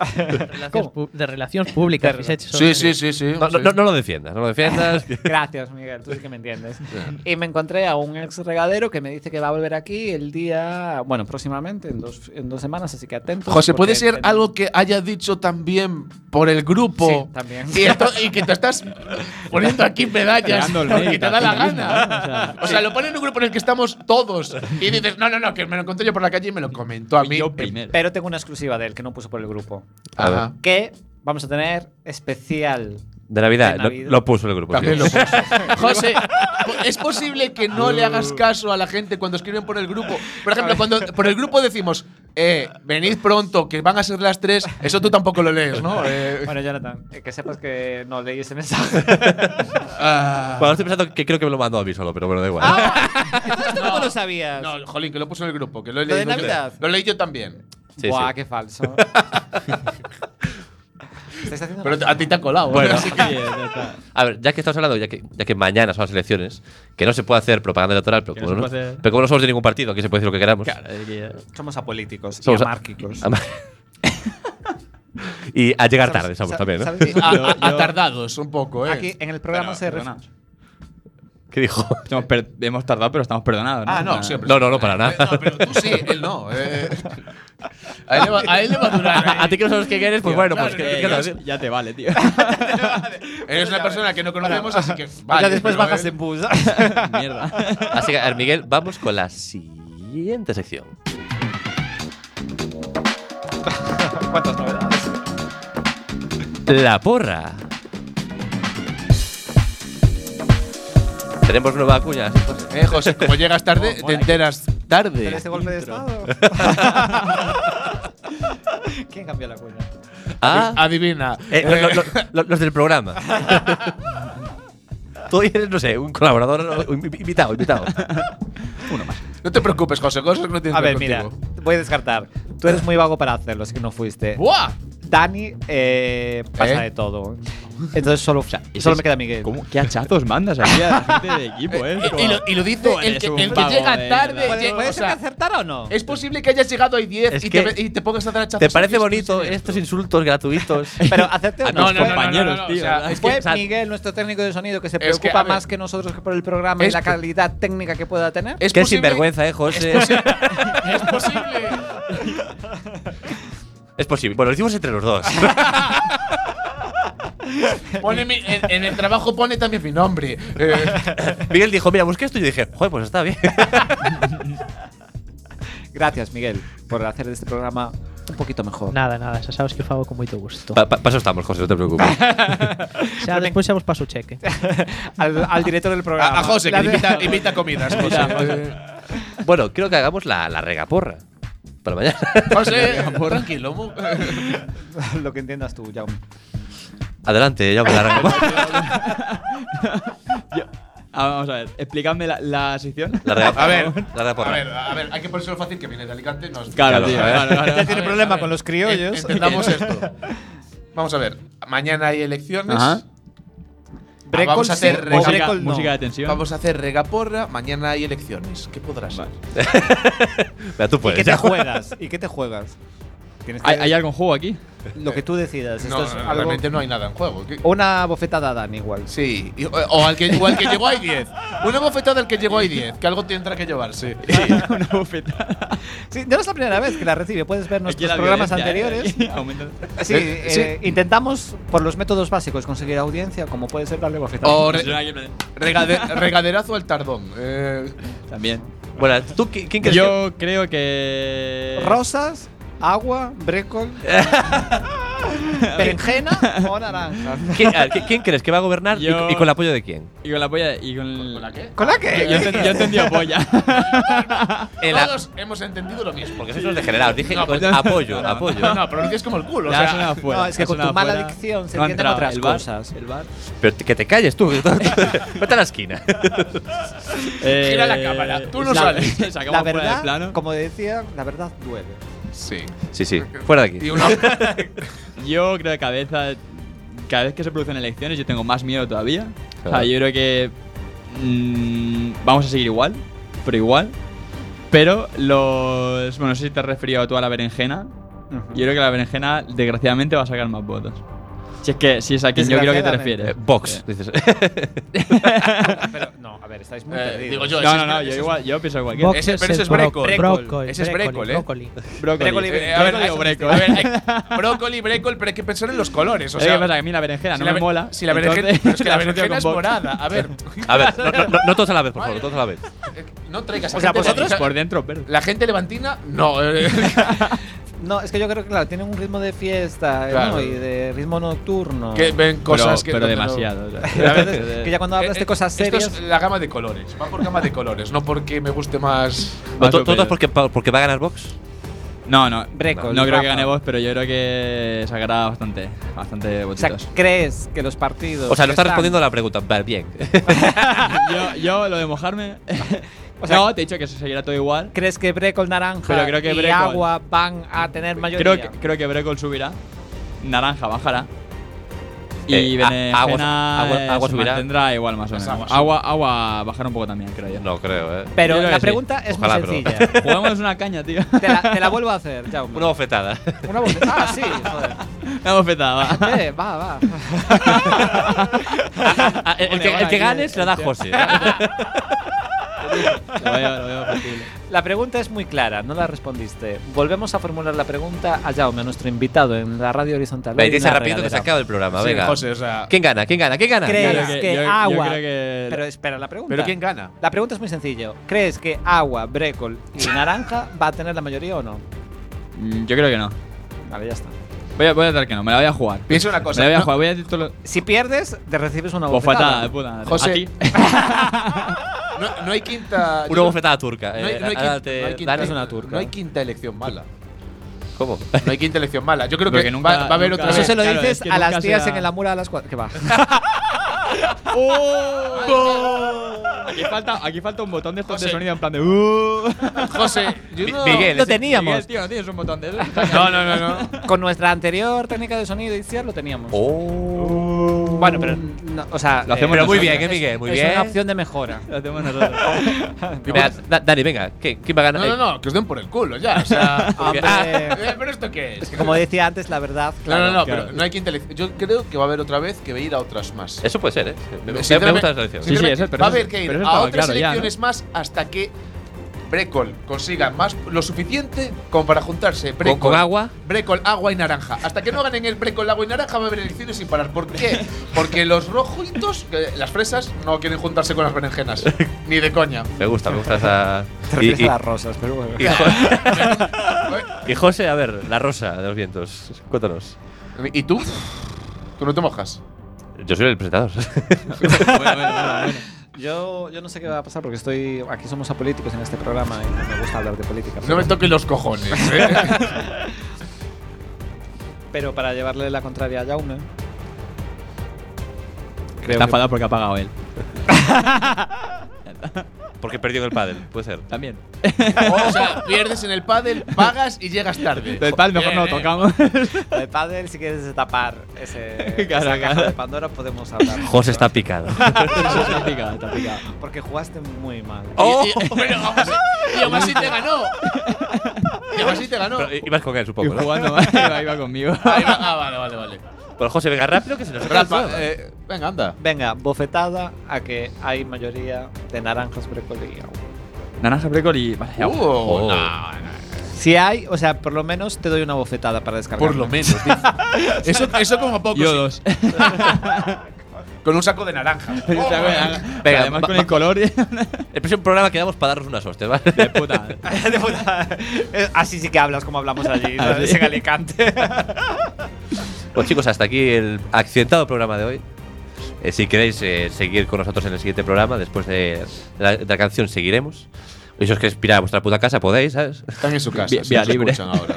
[SPEAKER 3] Ah.
[SPEAKER 4] De relaciones pu- de relaciones públicas, fixeches.
[SPEAKER 3] Sí, sí, sí, sí.
[SPEAKER 2] No, no- no- no lo defiendas, no lo defiendas.
[SPEAKER 5] Gracias, Miguel, tú sí que me entiendes. Y me encontré a un ex regadero que me dice que va a volver aquí el día, bueno, próximamente, en dos, en dos semanas, así que atentos.
[SPEAKER 3] José,
[SPEAKER 5] porque
[SPEAKER 3] puede ser
[SPEAKER 5] tenemos-
[SPEAKER 3] algo que haya dicho también por el grupo.
[SPEAKER 5] Sí, también.
[SPEAKER 3] Y, esto- y que te estás poniendo aquí medallas
[SPEAKER 6] Tirando el
[SPEAKER 3] porque
[SPEAKER 6] mérito
[SPEAKER 3] te da
[SPEAKER 6] a ti
[SPEAKER 3] la
[SPEAKER 6] mismo,
[SPEAKER 3] gana. O sea, lo ponen en un grupo en el que estamos todos. Y dices, no, no, no, que me lo encontré yo por la calle y me lo comentó a
[SPEAKER 6] Fui
[SPEAKER 3] mí. Eh,
[SPEAKER 6] Yo primero.
[SPEAKER 5] Pero tengo una exclusiva de él que no puso por el grupo.
[SPEAKER 3] Ajá.
[SPEAKER 5] Que vamos a tener especial.
[SPEAKER 2] De Navidad,
[SPEAKER 5] De
[SPEAKER 2] lo-
[SPEAKER 5] Navidad.
[SPEAKER 2] Lo, puso el grupo. sí.
[SPEAKER 3] También lo puso. José, es posible que no le hagas caso a la gente cuando escriben por el grupo. Por ejemplo, cuando por el grupo decimos, eh, venid pronto, que van a ser las tres, eso tú tampoco lo lees, ¿no? Eh,
[SPEAKER 5] Bueno, Jonathan, eh, que sepas que no leí ese mensaje.
[SPEAKER 3] ah.
[SPEAKER 2] Bueno, estoy pensando que creo que me lo mandó a mí solo, pero bueno, da
[SPEAKER 5] Ah,
[SPEAKER 2] igual.
[SPEAKER 5] ¿Tú cómo lo sabías?
[SPEAKER 3] No, jolín, que lo puso en el grupo, que lo he
[SPEAKER 5] ¿Lo de
[SPEAKER 3] leído yo.
[SPEAKER 5] Navidad?
[SPEAKER 3] Lo leí yo también.
[SPEAKER 2] Sí,
[SPEAKER 5] Buah,
[SPEAKER 2] sí.
[SPEAKER 5] qué falso. Estáis haciendo
[SPEAKER 3] Pero a ti te ha colado. ¿eh?
[SPEAKER 2] Bueno.
[SPEAKER 3] Así que-
[SPEAKER 6] Sí, ya está.
[SPEAKER 2] A ver, ya que estamos hablando, ya que, ya que mañana son las elecciones, que no se puede hacer propaganda electoral, pero,
[SPEAKER 6] Que no
[SPEAKER 2] como,
[SPEAKER 6] se
[SPEAKER 2] no,
[SPEAKER 6] puede hacer-
[SPEAKER 2] pero como no somos de ningún partido, aquí se puede decir lo que queramos.
[SPEAKER 6] Claro, es que ya-
[SPEAKER 5] eh. Somos apolíticos
[SPEAKER 2] Somos
[SPEAKER 5] y
[SPEAKER 2] a-
[SPEAKER 5] amárquicos.
[SPEAKER 2] Am- y a llegar tarde, somos
[SPEAKER 5] ¿Sabes-
[SPEAKER 2] también,
[SPEAKER 5] sabes-
[SPEAKER 2] ¿no?
[SPEAKER 5] sabes?
[SPEAKER 3] A,
[SPEAKER 6] Yo-
[SPEAKER 3] a- a
[SPEAKER 6] yo-
[SPEAKER 3] tardados un poco, ¿eh?
[SPEAKER 5] Aquí en el programa
[SPEAKER 6] Pero,
[SPEAKER 5] se
[SPEAKER 6] perdona.
[SPEAKER 5] ref-
[SPEAKER 2] ¿Qué dijo?
[SPEAKER 6] Hemos per- hemos tardado, pero estamos perdonados.
[SPEAKER 3] Ah,
[SPEAKER 6] O
[SPEAKER 3] no,
[SPEAKER 6] sea,
[SPEAKER 3] siempre.
[SPEAKER 2] No, no, no, para nada.
[SPEAKER 3] Eh, no, pero tú sí, él no. eh. A, él le va, a él le va a durar. eh.
[SPEAKER 2] A, a ti que no sabes qué eres, pues bueno,
[SPEAKER 3] Claro,
[SPEAKER 2] pues
[SPEAKER 3] no,
[SPEAKER 2] que.
[SPEAKER 3] no,
[SPEAKER 2] que
[SPEAKER 3] no,
[SPEAKER 2] no.
[SPEAKER 3] no.
[SPEAKER 6] Ya te vale, tío.
[SPEAKER 3] Eres una persona que no conocemos, así que.
[SPEAKER 5] ya
[SPEAKER 3] vale,
[SPEAKER 5] después
[SPEAKER 3] pero,
[SPEAKER 5] bajas
[SPEAKER 3] eh,
[SPEAKER 5] en bus.
[SPEAKER 6] Mierda.
[SPEAKER 2] Así que, a ver, Miguel, vamos con la siguiente sección.
[SPEAKER 5] ¿Cuántas novedades?
[SPEAKER 2] La porra. Tenemos nueva cuña. sí, José.
[SPEAKER 3] Eh, José, como llegas tarde, te enteras tarde.
[SPEAKER 5] este golpe de estado? ¿Quién cambió la cuña?
[SPEAKER 2] Ah,
[SPEAKER 3] Adivina.
[SPEAKER 2] eh, lo- lo- lo- los del programa. Tú eres, no sé, un colaborador un invitado, invitado.
[SPEAKER 3] No te preocupes, José, cosas que no tienes
[SPEAKER 5] A
[SPEAKER 3] que ver
[SPEAKER 5] ver, mira,
[SPEAKER 3] contigo.
[SPEAKER 5] voy a descartar. Tú eres muy vago para hacerlo, así que no fuiste.
[SPEAKER 3] ¡Buah!
[SPEAKER 5] Dani eh, pasa
[SPEAKER 3] ¿Eh?
[SPEAKER 5] de todo. Entonces solo, solo me queda Miguel.
[SPEAKER 6] ¿Cómo? ¿Qué hachazos mandas aquí a la gente de equipo, eh?
[SPEAKER 3] Y lo, y lo dice
[SPEAKER 6] Tú
[SPEAKER 3] el
[SPEAKER 6] eres
[SPEAKER 3] que,
[SPEAKER 6] un
[SPEAKER 3] el que
[SPEAKER 6] vago
[SPEAKER 3] llega
[SPEAKER 6] de
[SPEAKER 3] tarde.
[SPEAKER 6] mierda.
[SPEAKER 3] llega-
[SPEAKER 5] ¿Puede, puede
[SPEAKER 3] o
[SPEAKER 5] ser que
[SPEAKER 3] sea,
[SPEAKER 5] acertara o no?
[SPEAKER 3] es posible que hayas llegado hoy 10
[SPEAKER 2] Es
[SPEAKER 3] y,
[SPEAKER 2] que-
[SPEAKER 3] te, ve- y te pongas a hacer hachazos.
[SPEAKER 2] ¿Te parece
[SPEAKER 3] ¿Qué
[SPEAKER 2] bonito eh,
[SPEAKER 3] es esto?
[SPEAKER 2] estos insultos gratuitos?
[SPEAKER 5] Pero acepte o
[SPEAKER 6] A
[SPEAKER 5] no.
[SPEAKER 6] tus
[SPEAKER 5] Fue-
[SPEAKER 6] compañeros,
[SPEAKER 3] Ah, no, no,
[SPEAKER 6] tío.
[SPEAKER 3] o sea,
[SPEAKER 6] ¿verdad?
[SPEAKER 3] es
[SPEAKER 5] Fue
[SPEAKER 3] que, o sea,
[SPEAKER 5] Miguel, nuestro técnico de sonido, que se
[SPEAKER 3] que, a
[SPEAKER 5] preocupa
[SPEAKER 3] ver,
[SPEAKER 5] más que nosotros que por el programa y
[SPEAKER 3] es
[SPEAKER 5] la
[SPEAKER 3] que-
[SPEAKER 5] calidad técnica que pueda tener.
[SPEAKER 3] Es
[SPEAKER 2] Qué
[SPEAKER 3] posible-
[SPEAKER 2] sinvergüenza, eh, José. Es posible.
[SPEAKER 3] Es posible.
[SPEAKER 2] Bueno, lo hicimos entre los dos.
[SPEAKER 3] Pone mi- en, en el trabajo pone también mi nombre. Eh,
[SPEAKER 2] Miguel dijo, mira, busqué esto y yo dije, joder, pues está bien.
[SPEAKER 5] Gracias, Miguel, por hacer de este programa un poquito mejor.
[SPEAKER 4] Nada, nada, xa sabes que o fago con moito gusto.
[SPEAKER 3] Ah.
[SPEAKER 2] Para eso estamos, José, no te preocupes.
[SPEAKER 4] Xa despois xa vos paso o cheque.
[SPEAKER 5] Al, al director del
[SPEAKER 3] a,
[SPEAKER 5] programa.
[SPEAKER 3] a José, que
[SPEAKER 5] La-
[SPEAKER 3] le invita, invita comidas. José, Eh,
[SPEAKER 2] bueno, creo que hagamos la, la regaporra. Para mañana.
[SPEAKER 3] José Eh, tranquilo. mu-
[SPEAKER 5] Lo que entiendas tú, Jaume.
[SPEAKER 6] Ah,
[SPEAKER 2] Adelante, ya me la regaporra.
[SPEAKER 6] Yo- Ah, vamos a ver, explícame la, la sección.
[SPEAKER 2] La rega-
[SPEAKER 3] A ver,
[SPEAKER 2] la regaporra.
[SPEAKER 3] a ver, a ver, hay que ponérselo fácil que viene de Alicante. No,
[SPEAKER 2] Claro,
[SPEAKER 6] Claro, tío.
[SPEAKER 2] a ver.
[SPEAKER 6] Claro, claro.
[SPEAKER 5] Ya tiene
[SPEAKER 3] ver,
[SPEAKER 5] problema
[SPEAKER 3] a ver.
[SPEAKER 5] con los
[SPEAKER 3] En-
[SPEAKER 5] criollos.
[SPEAKER 3] Entendamos esto. Vamos a ver. Mañana hay elecciones.
[SPEAKER 6] Ajá.
[SPEAKER 3] Ah, vamos a hacer
[SPEAKER 5] Brecol sí,
[SPEAKER 3] rega-
[SPEAKER 6] música,
[SPEAKER 5] Recol no.
[SPEAKER 6] música de tensión.
[SPEAKER 3] Vamos a hacer regaporra, mañana hay elecciones. ¿Qué podrá ser?
[SPEAKER 2] Mira, tú
[SPEAKER 5] ¿Y
[SPEAKER 2] puedes.
[SPEAKER 5] qué te
[SPEAKER 2] ya.
[SPEAKER 5] juegas? ¿Y qué te juegas? Tienes que-
[SPEAKER 6] pues ¿Hay, hay algo en juego aquí?
[SPEAKER 5] lo que tú decidas. Esto
[SPEAKER 3] No,
[SPEAKER 5] es
[SPEAKER 3] no,
[SPEAKER 5] algo-
[SPEAKER 3] realmente no hay nada en juego. ¿Qué-
[SPEAKER 5] Una bofetada a Dan igual.
[SPEAKER 3] Sí, y- o, o al que, o al que llegó hay 10. Una bofetada al que llegó hay 10, que algo tendrá que llevarse.
[SPEAKER 6] Una bofetada.
[SPEAKER 5] Sí, no es la primera vez que la recibe. Puedes ver
[SPEAKER 6] Aquí
[SPEAKER 5] nuestros
[SPEAKER 6] la
[SPEAKER 5] programas
[SPEAKER 6] violencia, ¿eh?
[SPEAKER 5] anteriores.
[SPEAKER 6] Aquí aumenta.
[SPEAKER 5] Sí,
[SPEAKER 3] Eh,
[SPEAKER 5] eh, intentamos por los métodos básicos conseguir audiencia, como puede ser darle bofetadas.
[SPEAKER 3] O re- regade- regaderazo al tardón. Eh,
[SPEAKER 6] También.
[SPEAKER 2] Bueno, ¿tú qui- quién crees que-
[SPEAKER 6] Yo creo que.
[SPEAKER 5] Rosas, agua, brécol, berenjena o naranja.
[SPEAKER 2] ¿quién, a ver, qui- quién crees que va a gobernar y-
[SPEAKER 6] Yo-
[SPEAKER 2] y, con el apoyo de quién?
[SPEAKER 6] Y con la polla. Y con. el-
[SPEAKER 3] ¿Con la qué?
[SPEAKER 5] ¿Con la
[SPEAKER 6] Yo, yo
[SPEAKER 5] que?
[SPEAKER 6] entendí- yo entendí a polla.
[SPEAKER 3] Todos hemos entendido lo mismo.
[SPEAKER 2] Porque sois unos degenerados. Dije
[SPEAKER 3] No,
[SPEAKER 2] con-
[SPEAKER 6] pues-
[SPEAKER 2] apoyo,
[SPEAKER 6] no, no.
[SPEAKER 2] apoyo.
[SPEAKER 3] No, no, pronuncias como el culo. O
[SPEAKER 6] Ya ha
[SPEAKER 3] sea, eh,
[SPEAKER 6] sonado fuera,
[SPEAKER 5] no, es que
[SPEAKER 6] ha
[SPEAKER 5] con tu
[SPEAKER 6] sonado
[SPEAKER 5] mala
[SPEAKER 6] fuera.
[SPEAKER 5] dicción se
[SPEAKER 6] No ha
[SPEAKER 5] entienden
[SPEAKER 6] entrado.
[SPEAKER 5] otras
[SPEAKER 6] El bar-
[SPEAKER 5] cosas.
[SPEAKER 6] El bar.
[SPEAKER 2] Pero te- que te calles tú. Vete a la esquina.
[SPEAKER 3] Gira la
[SPEAKER 6] Eh,
[SPEAKER 3] cámara, tú no
[SPEAKER 6] la-
[SPEAKER 3] sales.
[SPEAKER 6] sacamos
[SPEAKER 5] La
[SPEAKER 6] fuera de
[SPEAKER 5] verdad,
[SPEAKER 6] plano.
[SPEAKER 5] como decía, la verdad duele.
[SPEAKER 3] sí.
[SPEAKER 2] Sí, sí. Fuera de aquí.
[SPEAKER 3] Y una-
[SPEAKER 6] Yo creo que cabeza. Cada vez que se producen elecciones, yo tengo más miedo todavía. O sea,
[SPEAKER 2] Claro.
[SPEAKER 6] yo creo que. mm, vamos a seguir igual, pero igual. Pero los. Bueno, no sé si te has referido tú a la berenjena. Yo creo que la berenjena, desgraciadamente, va a sacar más votos. Si es que, si es a quien yo creo que te
[SPEAKER 5] Desgraciadamente.
[SPEAKER 6] refieres.
[SPEAKER 2] Eh, Vox,
[SPEAKER 6] Sí.
[SPEAKER 2] dices.
[SPEAKER 5] Pero, no, a ver, estáis muy
[SPEAKER 3] eh,
[SPEAKER 5] perdidos.
[SPEAKER 3] digo yo,
[SPEAKER 6] No,
[SPEAKER 3] ese
[SPEAKER 6] no,
[SPEAKER 3] es-
[SPEAKER 6] no,
[SPEAKER 3] ese
[SPEAKER 6] yo
[SPEAKER 3] es-
[SPEAKER 6] igual, yo pienso igual que.
[SPEAKER 4] Box
[SPEAKER 3] ese- pero
[SPEAKER 4] es
[SPEAKER 3] ese es
[SPEAKER 4] bro-
[SPEAKER 3] brécol,
[SPEAKER 4] brócoli,
[SPEAKER 3] ese es brécol, ¿eh?
[SPEAKER 4] brócoli.
[SPEAKER 6] Brócoli.
[SPEAKER 5] Brócoli,
[SPEAKER 6] Eh,
[SPEAKER 3] a ver,
[SPEAKER 6] brócoli o
[SPEAKER 3] hay-
[SPEAKER 6] brécoli.
[SPEAKER 3] A ver, hay brócoli, brécol, pero hay que pensar en los colores. O
[SPEAKER 6] ¿Sabes
[SPEAKER 3] sea,
[SPEAKER 6] qué pasa? Que a mí la berenjena no
[SPEAKER 3] la
[SPEAKER 6] me
[SPEAKER 3] be-
[SPEAKER 6] mola.
[SPEAKER 3] si la berenjena,
[SPEAKER 6] entonces
[SPEAKER 3] pero es pues que la
[SPEAKER 6] asocio
[SPEAKER 3] berenjena
[SPEAKER 6] con
[SPEAKER 3] es
[SPEAKER 6] Vox.
[SPEAKER 3] morada. A ver, eh,
[SPEAKER 2] A ver, no, no, no, no todos a la vez, por favor, todos a la vez.
[SPEAKER 3] no traigas a
[SPEAKER 5] O sea,
[SPEAKER 3] gente
[SPEAKER 5] vosotros-
[SPEAKER 3] levantina-
[SPEAKER 6] Por dentro, pero.
[SPEAKER 3] La gente levantina, no. eh,
[SPEAKER 5] No, es que yo creo que, claro, tienen un ritmo de fiesta eh,
[SPEAKER 3] Claro.
[SPEAKER 5] ¿no? y de ritmo nocturno.
[SPEAKER 3] que ven cosas
[SPEAKER 6] pero, pero
[SPEAKER 3] que. no-
[SPEAKER 6] demasiado. o sea.
[SPEAKER 5] Entonces, que ya cuando hablas
[SPEAKER 3] Eh,
[SPEAKER 5] de cosas
[SPEAKER 3] esto
[SPEAKER 5] serias.
[SPEAKER 3] es la gama de colores. Va por gama de colores, no porque me guste más.
[SPEAKER 6] Más
[SPEAKER 2] ¿Todos
[SPEAKER 6] superior.
[SPEAKER 2] porque, porque va a ganar Vox?
[SPEAKER 6] No, no.
[SPEAKER 5] Brécol,
[SPEAKER 6] no creo que
[SPEAKER 5] Rafa.
[SPEAKER 6] gane vos, pero yo creo que sacará bastante, bastante
[SPEAKER 5] O sea,
[SPEAKER 6] votitos.
[SPEAKER 5] ¿crees que los partidos.
[SPEAKER 2] O sea,
[SPEAKER 5] que
[SPEAKER 2] no estás
[SPEAKER 5] están-
[SPEAKER 2] respondiendo a la pregunta. Vale, Bien.
[SPEAKER 6] yo, yo lo de mojarme.
[SPEAKER 5] O sea,
[SPEAKER 6] no, te he dicho que se seguirá todo igual.
[SPEAKER 5] ¿Crees que Brecol Naranja
[SPEAKER 6] Pero creo que
[SPEAKER 5] y
[SPEAKER 6] Brecol-
[SPEAKER 5] Agua van a tener mayoría?
[SPEAKER 6] Creo que, creo que Brecol subirá. Naranja bajará. Y
[SPEAKER 2] Eh, a-
[SPEAKER 6] berenjena
[SPEAKER 2] agua- agua-
[SPEAKER 6] eh,
[SPEAKER 2] agua
[SPEAKER 6] se
[SPEAKER 2] subirá.
[SPEAKER 6] mantendrá igual más o menos.
[SPEAKER 3] agua
[SPEAKER 6] Agua,
[SPEAKER 3] sube.
[SPEAKER 6] agua, bajará un poco también, creo yo.
[SPEAKER 2] No creo, eh.
[SPEAKER 6] Yo
[SPEAKER 5] Pero
[SPEAKER 6] creo
[SPEAKER 5] la
[SPEAKER 6] que sí.
[SPEAKER 5] pregunta es
[SPEAKER 2] Ojalá,
[SPEAKER 5] muy
[SPEAKER 2] pero-
[SPEAKER 5] sencilla.
[SPEAKER 6] Juguémonos una caña, tío.
[SPEAKER 5] te, la, te la vuelvo a hacer, ya.
[SPEAKER 2] Una bofetada.
[SPEAKER 5] Una voz. Ah, sí, joder.
[SPEAKER 6] Una bofetada. va.
[SPEAKER 5] Eh, va, va.
[SPEAKER 2] Ah, el, el que, el que gane se la da José.
[SPEAKER 6] lo veo, lo veo posible.
[SPEAKER 5] La pregunta es muy clara, no la respondiste. Volvemos a formular la pregunta a Jaume, a nuestro invitado en la radio horizontal.
[SPEAKER 2] Ve,
[SPEAKER 5] Hoy
[SPEAKER 2] dice
[SPEAKER 5] una
[SPEAKER 2] rapidito que se
[SPEAKER 5] regadera.
[SPEAKER 2] acaba el programa,
[SPEAKER 3] Sí,
[SPEAKER 2] venga.
[SPEAKER 3] José, o sea.
[SPEAKER 2] ¿Quién gana? ¿Quién gana? ¿Quién gana?
[SPEAKER 5] ¿Crees
[SPEAKER 6] Yo creo que-
[SPEAKER 5] que
[SPEAKER 6] yo- yo
[SPEAKER 5] agua?
[SPEAKER 6] creo que-
[SPEAKER 5] Pero espera, la pregunta.
[SPEAKER 3] ¿Pero quién gana?
[SPEAKER 5] La pregunta es muy sencilla. ¿Crees que agua, brécol y naranja va a tener la mayoría o no?
[SPEAKER 6] Mm, Yo creo que no.
[SPEAKER 5] Vale, ya está.
[SPEAKER 6] Voy a, voy a dar que no, me la voy a jugar.
[SPEAKER 3] Piensa una cosa.
[SPEAKER 6] me la voy a
[SPEAKER 3] no-
[SPEAKER 6] jugar, voy a decir todo lo.
[SPEAKER 5] Si pierdes, te recibes una
[SPEAKER 6] Bofetada,
[SPEAKER 5] bofetada.
[SPEAKER 6] de puta.
[SPEAKER 3] José.
[SPEAKER 6] Aquí.
[SPEAKER 3] No, no hay quinta.
[SPEAKER 2] Una bofetada turca.
[SPEAKER 3] No hay,
[SPEAKER 2] eh,
[SPEAKER 3] no hay
[SPEAKER 2] ahora
[SPEAKER 3] quin-
[SPEAKER 2] te
[SPEAKER 3] no hay quinta,
[SPEAKER 2] dan- es una turca.
[SPEAKER 3] no hay quinta elección mala.
[SPEAKER 2] ¿Cómo?
[SPEAKER 3] No hay quinta elección mala. Yo creo
[SPEAKER 6] Porque
[SPEAKER 3] que
[SPEAKER 6] nunca-
[SPEAKER 3] va, va a haber
[SPEAKER 6] nunca-
[SPEAKER 3] otra
[SPEAKER 6] Eso
[SPEAKER 3] vez.
[SPEAKER 5] Eso se lo
[SPEAKER 6] Claro,
[SPEAKER 5] dices
[SPEAKER 6] es que
[SPEAKER 5] a las
[SPEAKER 6] nunca
[SPEAKER 5] tías
[SPEAKER 6] será-
[SPEAKER 5] en el amor a las cuatro. Que va.
[SPEAKER 6] Aquí falta, aquí falta un botón de estos de
[SPEAKER 3] José.
[SPEAKER 6] sonido en plan de. Uh.
[SPEAKER 3] José, yo no-
[SPEAKER 2] Miguel,
[SPEAKER 5] Lo
[SPEAKER 2] ese-
[SPEAKER 5] teníamos.
[SPEAKER 6] Miguel, tío, no tienes un botón de esos.
[SPEAKER 3] No, no, no, no.
[SPEAKER 5] Con nuestra anterior técnica de sonido inicial lo teníamos.
[SPEAKER 2] Oh.
[SPEAKER 5] Bueno, pero. no, o sea.
[SPEAKER 6] Lo hacemos
[SPEAKER 2] Pero muy
[SPEAKER 6] nosotros.
[SPEAKER 2] bien, eh,
[SPEAKER 5] es-
[SPEAKER 2] Miguel, muy
[SPEAKER 5] es
[SPEAKER 2] bien.
[SPEAKER 5] una opción de mejora.
[SPEAKER 6] Lo hacemos nosotros.
[SPEAKER 2] Venga, Da- Dani, venga, ¿qué- ¿quién va a ganar?
[SPEAKER 3] No, no, no, que os den por el culo ya. O sea,
[SPEAKER 5] Hombre.
[SPEAKER 3] Ah, ¿Pero esto qué es?
[SPEAKER 5] Como decía antes, la verdad.
[SPEAKER 3] No, no, no,
[SPEAKER 6] claro.
[SPEAKER 3] pero no hay quinta elección. Yo creo que va a haber otra vez que va a ir a otras más.
[SPEAKER 2] Eso puede ser, ¿eh? Me, me
[SPEAKER 3] Sinceramente-
[SPEAKER 2] gusta la selección.
[SPEAKER 6] Sí, sí,
[SPEAKER 3] sinceramente,
[SPEAKER 6] eso- pero
[SPEAKER 3] va a
[SPEAKER 6] eso-
[SPEAKER 3] haber que
[SPEAKER 6] pero
[SPEAKER 3] ir
[SPEAKER 6] eso
[SPEAKER 3] a
[SPEAKER 6] estaba
[SPEAKER 3] otras
[SPEAKER 6] claro ya, ¿no?
[SPEAKER 3] elecciones más hasta que Brecol consiga más lo suficiente como para juntarse Brecol,
[SPEAKER 2] con agua?
[SPEAKER 3] Brecol, agua y naranja. Hasta que no ganen el Brecol, agua y naranja va a haber elecciones sin parar. ¿Por qué? Porque los rojitos, eh, las fresas, no quieren juntarse con las berenjenas. Ni de coña.
[SPEAKER 2] Me gusta, me gusta esa. Y,
[SPEAKER 5] Te refieres
[SPEAKER 2] y-
[SPEAKER 5] a las rosas, pero bueno.
[SPEAKER 2] y
[SPEAKER 3] ¿Eh?
[SPEAKER 2] Jo- y José, a ver, la rosa de los vientos. Cuéntanos.
[SPEAKER 3] ¿Y tú? ¿Tú no te mojas?
[SPEAKER 2] Yo soy el presentador.
[SPEAKER 6] Bueno, bueno, bueno, bueno.
[SPEAKER 5] Yo, yo no sé qué va a pasar porque estoy. Aquí somos apolíticos en este programa y no me gusta hablar de política.
[SPEAKER 3] No
[SPEAKER 5] Pero,
[SPEAKER 3] me toques los cojones. ¿eh?
[SPEAKER 5] pero para llevarle la contraria a Jaume. Creo
[SPEAKER 6] Está
[SPEAKER 5] que-
[SPEAKER 6] enfadado porque ha pagado él.
[SPEAKER 2] Porque perdió en el pádel, puede ser.
[SPEAKER 6] También.
[SPEAKER 3] O sea, pierdes en el pádel, pagas y llegas tarde.
[SPEAKER 6] Del pal mejor no lo
[SPEAKER 3] eh.
[SPEAKER 6] tocamos.
[SPEAKER 5] Lo de pádel, si quieres destapar ese, esa
[SPEAKER 6] Claro,
[SPEAKER 5] caja
[SPEAKER 6] claro.
[SPEAKER 5] de Pandora, podemos hablar.
[SPEAKER 2] José está picado.
[SPEAKER 6] está picado, está picado.
[SPEAKER 5] Porque jugaste muy mal.
[SPEAKER 3] Y- y- pero aún así- y aún así te ganó. Y aún así te ganó.
[SPEAKER 2] Pero ibas con él,
[SPEAKER 6] Y
[SPEAKER 2] supongo. ¿no?
[SPEAKER 6] jugando mal, iba, iba conmigo.
[SPEAKER 3] Ahí va- ah, vale, vale, vale.
[SPEAKER 2] Bueno, José, venga rápido que se nos acaba el
[SPEAKER 3] Rafa,
[SPEAKER 2] programa.
[SPEAKER 3] eh, venga, anda.
[SPEAKER 5] Venga, bofetada a que hay mayoría de naranjas brócoli y agua.
[SPEAKER 6] Naranja, brécol y. Vale, ya.
[SPEAKER 3] Uh,
[SPEAKER 2] Oh.
[SPEAKER 3] no, no.
[SPEAKER 5] Si hay, o sea, por lo menos te doy una bofetada para descargar.
[SPEAKER 3] Por lo menos, dice. Eso, eso como poco.
[SPEAKER 6] Yo
[SPEAKER 3] sí.
[SPEAKER 6] dos.
[SPEAKER 3] Con un saco de naranja. Oh.
[SPEAKER 6] O sea, bueno,
[SPEAKER 2] Venga,
[SPEAKER 6] además
[SPEAKER 2] va-
[SPEAKER 6] con el color. de
[SPEAKER 2] El próximo programa quedamos para darnos unas hostias, ¿vale?
[SPEAKER 6] puta.
[SPEAKER 5] De puta- Eh, Así sí que hablas como hablamos allí, ¿no?
[SPEAKER 6] Así.
[SPEAKER 5] en Alicante.
[SPEAKER 2] Pues chicos, hasta aquí el accidentado programa de hoy. Eh, si queréis eh, seguir con nosotros en el siguiente programa, después de la, de la canción, seguiremos. Y si os queréis pirar a vuestra puta casa, podéis, ¿sabes?
[SPEAKER 3] Están en su casa.
[SPEAKER 6] Vía-
[SPEAKER 3] sí,
[SPEAKER 6] vía
[SPEAKER 3] nos
[SPEAKER 6] libre.
[SPEAKER 3] escuchan ahora.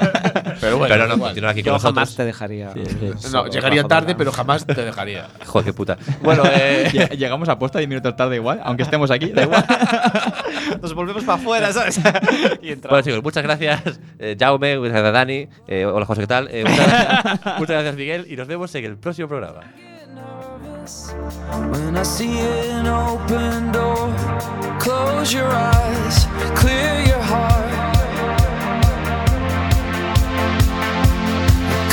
[SPEAKER 3] Pero bueno,
[SPEAKER 2] Pero no,
[SPEAKER 3] igual.
[SPEAKER 2] continuar aquí con
[SPEAKER 5] Yo
[SPEAKER 2] nosotros.
[SPEAKER 5] jamás te dejaría.
[SPEAKER 3] No, llegaría tarde, pero jamás te dejaría.
[SPEAKER 2] Joder, qué puta. Bueno, eh,
[SPEAKER 6] Lle- Llegamos a posta 10 minutos tarde igual, aunque estemos aquí, da igual.
[SPEAKER 5] Nos volvemos para afuera, ¿sabes? y
[SPEAKER 2] bueno,
[SPEAKER 5] entramos.
[SPEAKER 2] chicos, muchas gracias, eh, Jaume, muchas gracias, Dani. eh, hola, José, ¿qué tal? Eh, muchas, gracias, muchas gracias, Miguel. Y nos vemos en el próximo programa.
[SPEAKER 1] When I see an open door, close your eyes, clear your heart.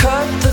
[SPEAKER 1] Cut the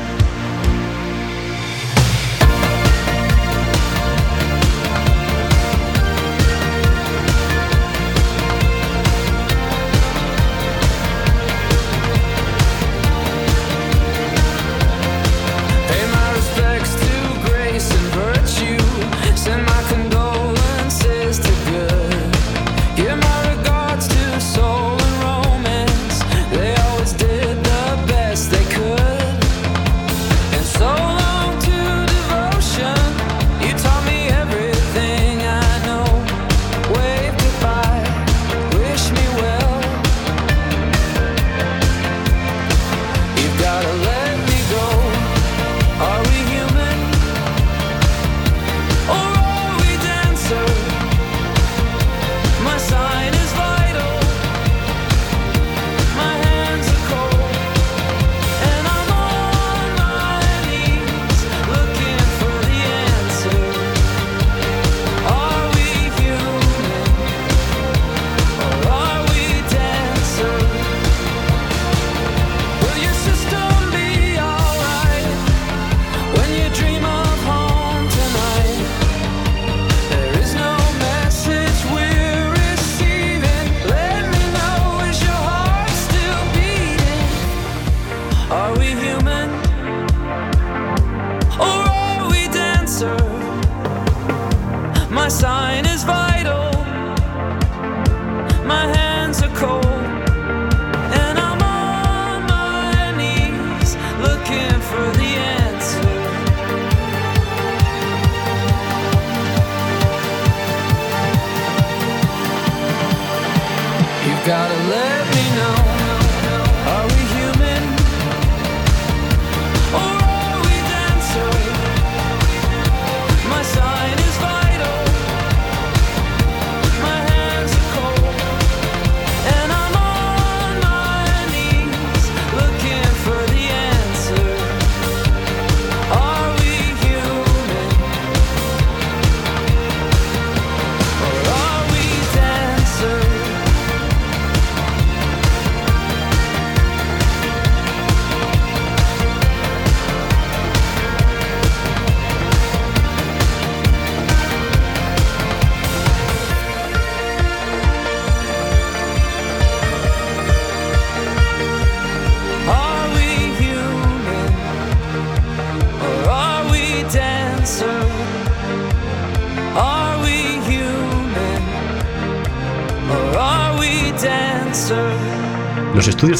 [SPEAKER 7] Los estudios